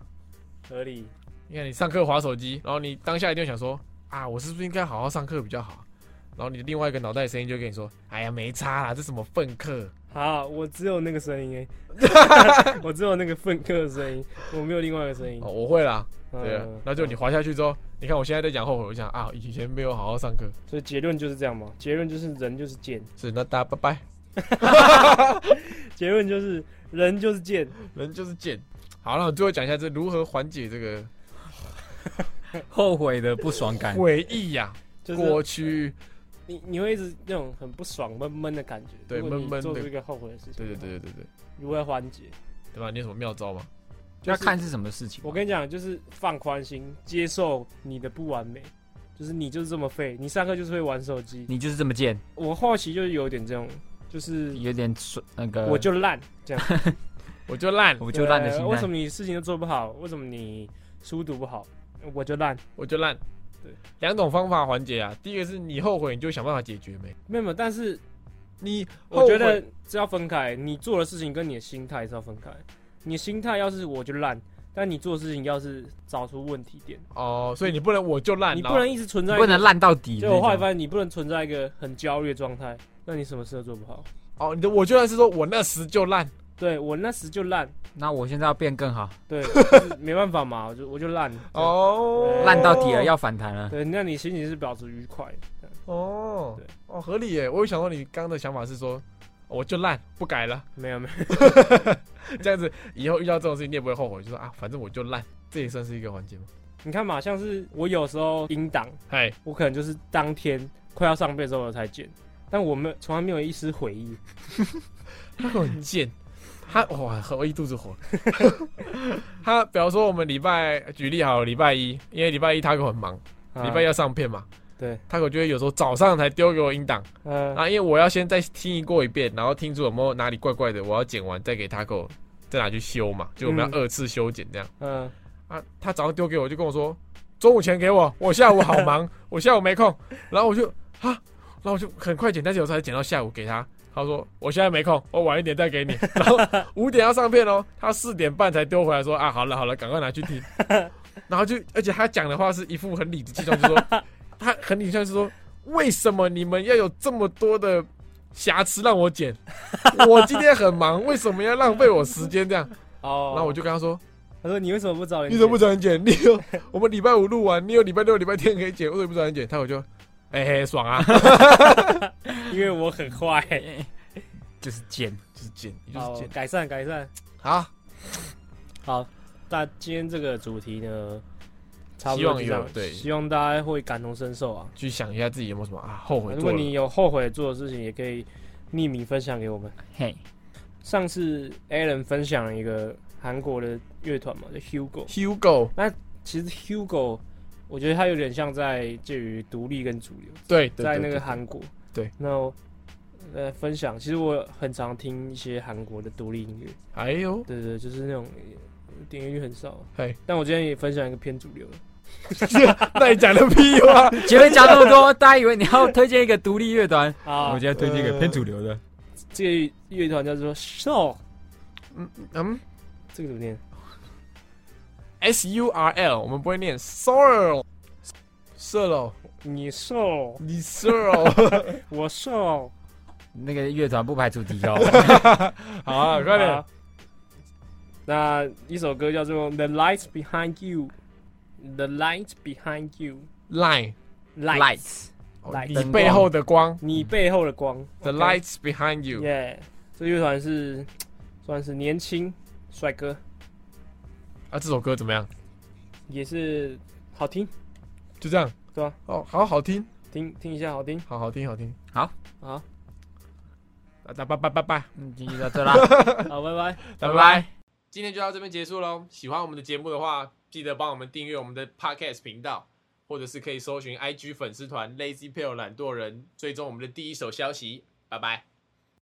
Speaker 3: 合理。
Speaker 5: 你看你上课划手机，然后你当下一定会想说啊，我是不是应该好好上课比较好？然后你的另外一个脑袋的声音就会跟你说，哎呀，没差啦，这什么粪课？
Speaker 3: 好，我只有那个声 音哎，我只有那个粪客的声音，我没有另外一个声音
Speaker 5: 哦，。我会啦，
Speaker 3: 嗯
Speaker 5: 对啊。然后就你，滑下去之后，你看我现在在讲后悔，我想啊，以前没有好好上课，
Speaker 3: 所以结论就是这样嘛，结论就是人就是贱，
Speaker 5: 是那大家拜拜，
Speaker 3: 结论就是人就是贱。
Speaker 5: 人就是贱。好了，那我最后讲一下这如何缓解这个
Speaker 4: 后悔的不爽感。
Speaker 5: 回忆呀、
Speaker 3: 哎就是
Speaker 5: 过去，
Speaker 3: 你你会一直那种很不爽、闷闷的感觉。
Speaker 5: 对
Speaker 3: 如果你
Speaker 5: 闷闷的
Speaker 3: 做出一个后悔的事情。
Speaker 5: 对对，对对对对，
Speaker 3: 如何缓解？
Speaker 5: 对吧？你有什么妙招吗？
Speaker 3: 就
Speaker 4: 要
Speaker 3: 是
Speaker 4: 看是什么事情。
Speaker 3: 我跟你讲，就是放宽心，接受你的不完美，就是你就是这么废，你上课就是会玩手机。
Speaker 4: 你就是这么贱，
Speaker 3: 我后期就是有点这种，就是
Speaker 4: 有点蠢那个，
Speaker 3: 我就烂这样，
Speaker 5: 我就烂，
Speaker 4: 呃
Speaker 3: 哦
Speaker 4: 我就烂的
Speaker 3: 对
Speaker 4: 心
Speaker 3: 为什
Speaker 4: 态。
Speaker 3: 么你事情都做不好？为什么你书读不好？我就烂，
Speaker 5: 我就烂。
Speaker 3: 对，
Speaker 5: 两种方法缓解啊。第一个是你后悔，你就想办法解决没？
Speaker 3: 没有没有，但是
Speaker 5: 你
Speaker 3: 我觉
Speaker 5: 后
Speaker 3: 得
Speaker 5: 悔
Speaker 3: 这要分开，你做的事情跟你的心态是要分开。你的心态要是我就烂，但你做的事情要是找出问题点，
Speaker 5: 哦，所以你不能我就烂，
Speaker 3: 你
Speaker 5: 然
Speaker 3: 不
Speaker 5: 后
Speaker 3: 能一直存
Speaker 4: 你
Speaker 3: 在一
Speaker 4: 不
Speaker 3: 个，
Speaker 4: 能烂到底。
Speaker 3: 就我后来
Speaker 4: 那种
Speaker 3: 发现你不能存在一个很焦虑的状态，那你什么事都做不好。
Speaker 5: 哦，你的我就烂是说我那时就烂，
Speaker 3: 对我那时就烂，
Speaker 4: 那我现在要变更好，
Speaker 3: 对，就是没办法嘛，我 就我就烂。
Speaker 5: 哦，
Speaker 3: 对
Speaker 4: 烂到底了，要反弹了。
Speaker 3: 对，那你心情是保持愉快的，
Speaker 5: 哦
Speaker 3: 对，
Speaker 5: 哦，合理耶。我有想到你刚刚的想法是说，我就烂，不改了，
Speaker 3: 没有没有，
Speaker 5: 这样子以后遇到这种事情你也不会后悔，就说啊，反正我就烂，这也算是一个环节嘛。
Speaker 3: 你看嘛，像是我有时候音档，
Speaker 5: 嗨，
Speaker 3: 我可能就是当天快要上辈之后我才剪，但我们从来没有一丝回忆，
Speaker 5: 他很贱，他哇，我一肚子火。 他比方说我们礼拜举例好了，礼拜一，因为礼拜一他给我很忙，
Speaker 3: 啊
Speaker 5: 礼拜一要上片嘛，
Speaker 3: 对，
Speaker 5: 他我就会有时候早上才丢给我音档，
Speaker 3: 嗯
Speaker 5: 啊，因为我要先再听一过一遍，然后听出有没有哪里怪怪的，我要剪完再给他给我再拿去修嘛，就我们要二次修剪这样。
Speaker 3: 嗯，
Speaker 5: 啊，他早上丢给我就跟我说，中午前给我，我下午好忙，我下午没空。然后我就啊，然后我就很快剪，但是我才剪到下午给他。他说我现在没空，我晚一点再给你。然后五点要上片哦，他四点半才丢回来说啊，好了好了，赶快拿去听。然后就而且他讲的话是一副很理直气壮，就说他很理直气壮是说为什么你们要有这么多的瑕疵让我剪？我今天很忙，为什么要浪费我时间这样？
Speaker 3: 哦，
Speaker 5: 然后我就跟他说。
Speaker 3: 他说你为什么不早点？
Speaker 5: 你怎么不？早点剪？你有 我们礼拜五录完，你有礼拜六、礼拜天可以剪，为什么不早点剪？他我就，哎、嘿，爽 啊，
Speaker 3: 因为我 很坏。
Speaker 4: 就是贱。
Speaker 5: 就是剪，哎就是
Speaker 3: 好
Speaker 5: 剪，。
Speaker 3: 改善改善。
Speaker 5: 好，
Speaker 3: 好，那今天这个主题呢，差不
Speaker 5: 希
Speaker 3: 多
Speaker 5: 望
Speaker 3: 就
Speaker 5: 有
Speaker 3: 这样
Speaker 5: 对
Speaker 3: 希望大家会感同身受啊。
Speaker 5: 去想一下自己有没有什么啊后悔
Speaker 3: 呃如
Speaker 5: 做
Speaker 3: 果
Speaker 5: 了
Speaker 3: 你有后悔做的事情，也可以匿名分享给我们。
Speaker 4: 嘿，
Speaker 3: 上次 Alan 分享了一个韩国的乐团嘛，叫 Hugo。
Speaker 5: Hugo
Speaker 3: 其实 Hugo，我觉得他有点像在介于独立跟主流，
Speaker 5: 对，对
Speaker 3: 在
Speaker 5: 对
Speaker 3: 那
Speaker 5: 对
Speaker 3: 个韩国。
Speaker 5: 对，
Speaker 3: 那我呃，分享，其实我很常听一些韩国的独立音乐，
Speaker 5: 哎呦，
Speaker 3: 对对，就是那种呃点阅率很少。
Speaker 5: 嘿，
Speaker 3: 但我今天也分享一个偏主流的，
Speaker 5: 那你讲的屁 话，
Speaker 4: 前面讲那么多，大家以为你要推荐一个独立乐团，
Speaker 3: 啊，
Speaker 2: 我今天推荐一个偏主流的，
Speaker 3: 这个乐团叫做 Soul，
Speaker 5: 嗯嗯
Speaker 3: 这个怎么念？
Speaker 5: ，S U R L，我们不会念 Sorrel，射了，
Speaker 3: 你 Soul，
Speaker 5: 你射 了，
Speaker 3: 我 Soul，
Speaker 4: 那个乐团不排除提高。
Speaker 5: 好啊，快点
Speaker 3: 好，那一首歌叫做《The Lights Behind You》，The Lights Behind You，Lights，
Speaker 5: ，Line，
Speaker 4: Lights，
Speaker 5: 哦
Speaker 3: Light
Speaker 5: 你
Speaker 4: 灯光
Speaker 5: 背后的光
Speaker 3: 你背后的光
Speaker 5: ，The
Speaker 3: OK
Speaker 5: lights behind you，
Speaker 3: 耶，这乐团是算是年轻帅哥，
Speaker 5: 啊，这首歌怎么样？
Speaker 3: 也是好听，
Speaker 5: 就这样，
Speaker 3: 对啊，
Speaker 5: 哦，好好听，
Speaker 3: 听听一下 好听
Speaker 5: 好好听，好听，
Speaker 3: 好，
Speaker 5: 啊，拜拜拜拜拜。
Speaker 4: 嗯，今天就到这啦，
Speaker 3: 好，拜拜。
Speaker 5: 拜拜。今天就到这边结束喽。喜欢我们的节目的话，记得帮我们订阅我们的 Podcast 频道，或者是可以搜寻 IG 粉丝团 Lazy p a l e 懒惰人，追踪我们的第一手消息。拜拜。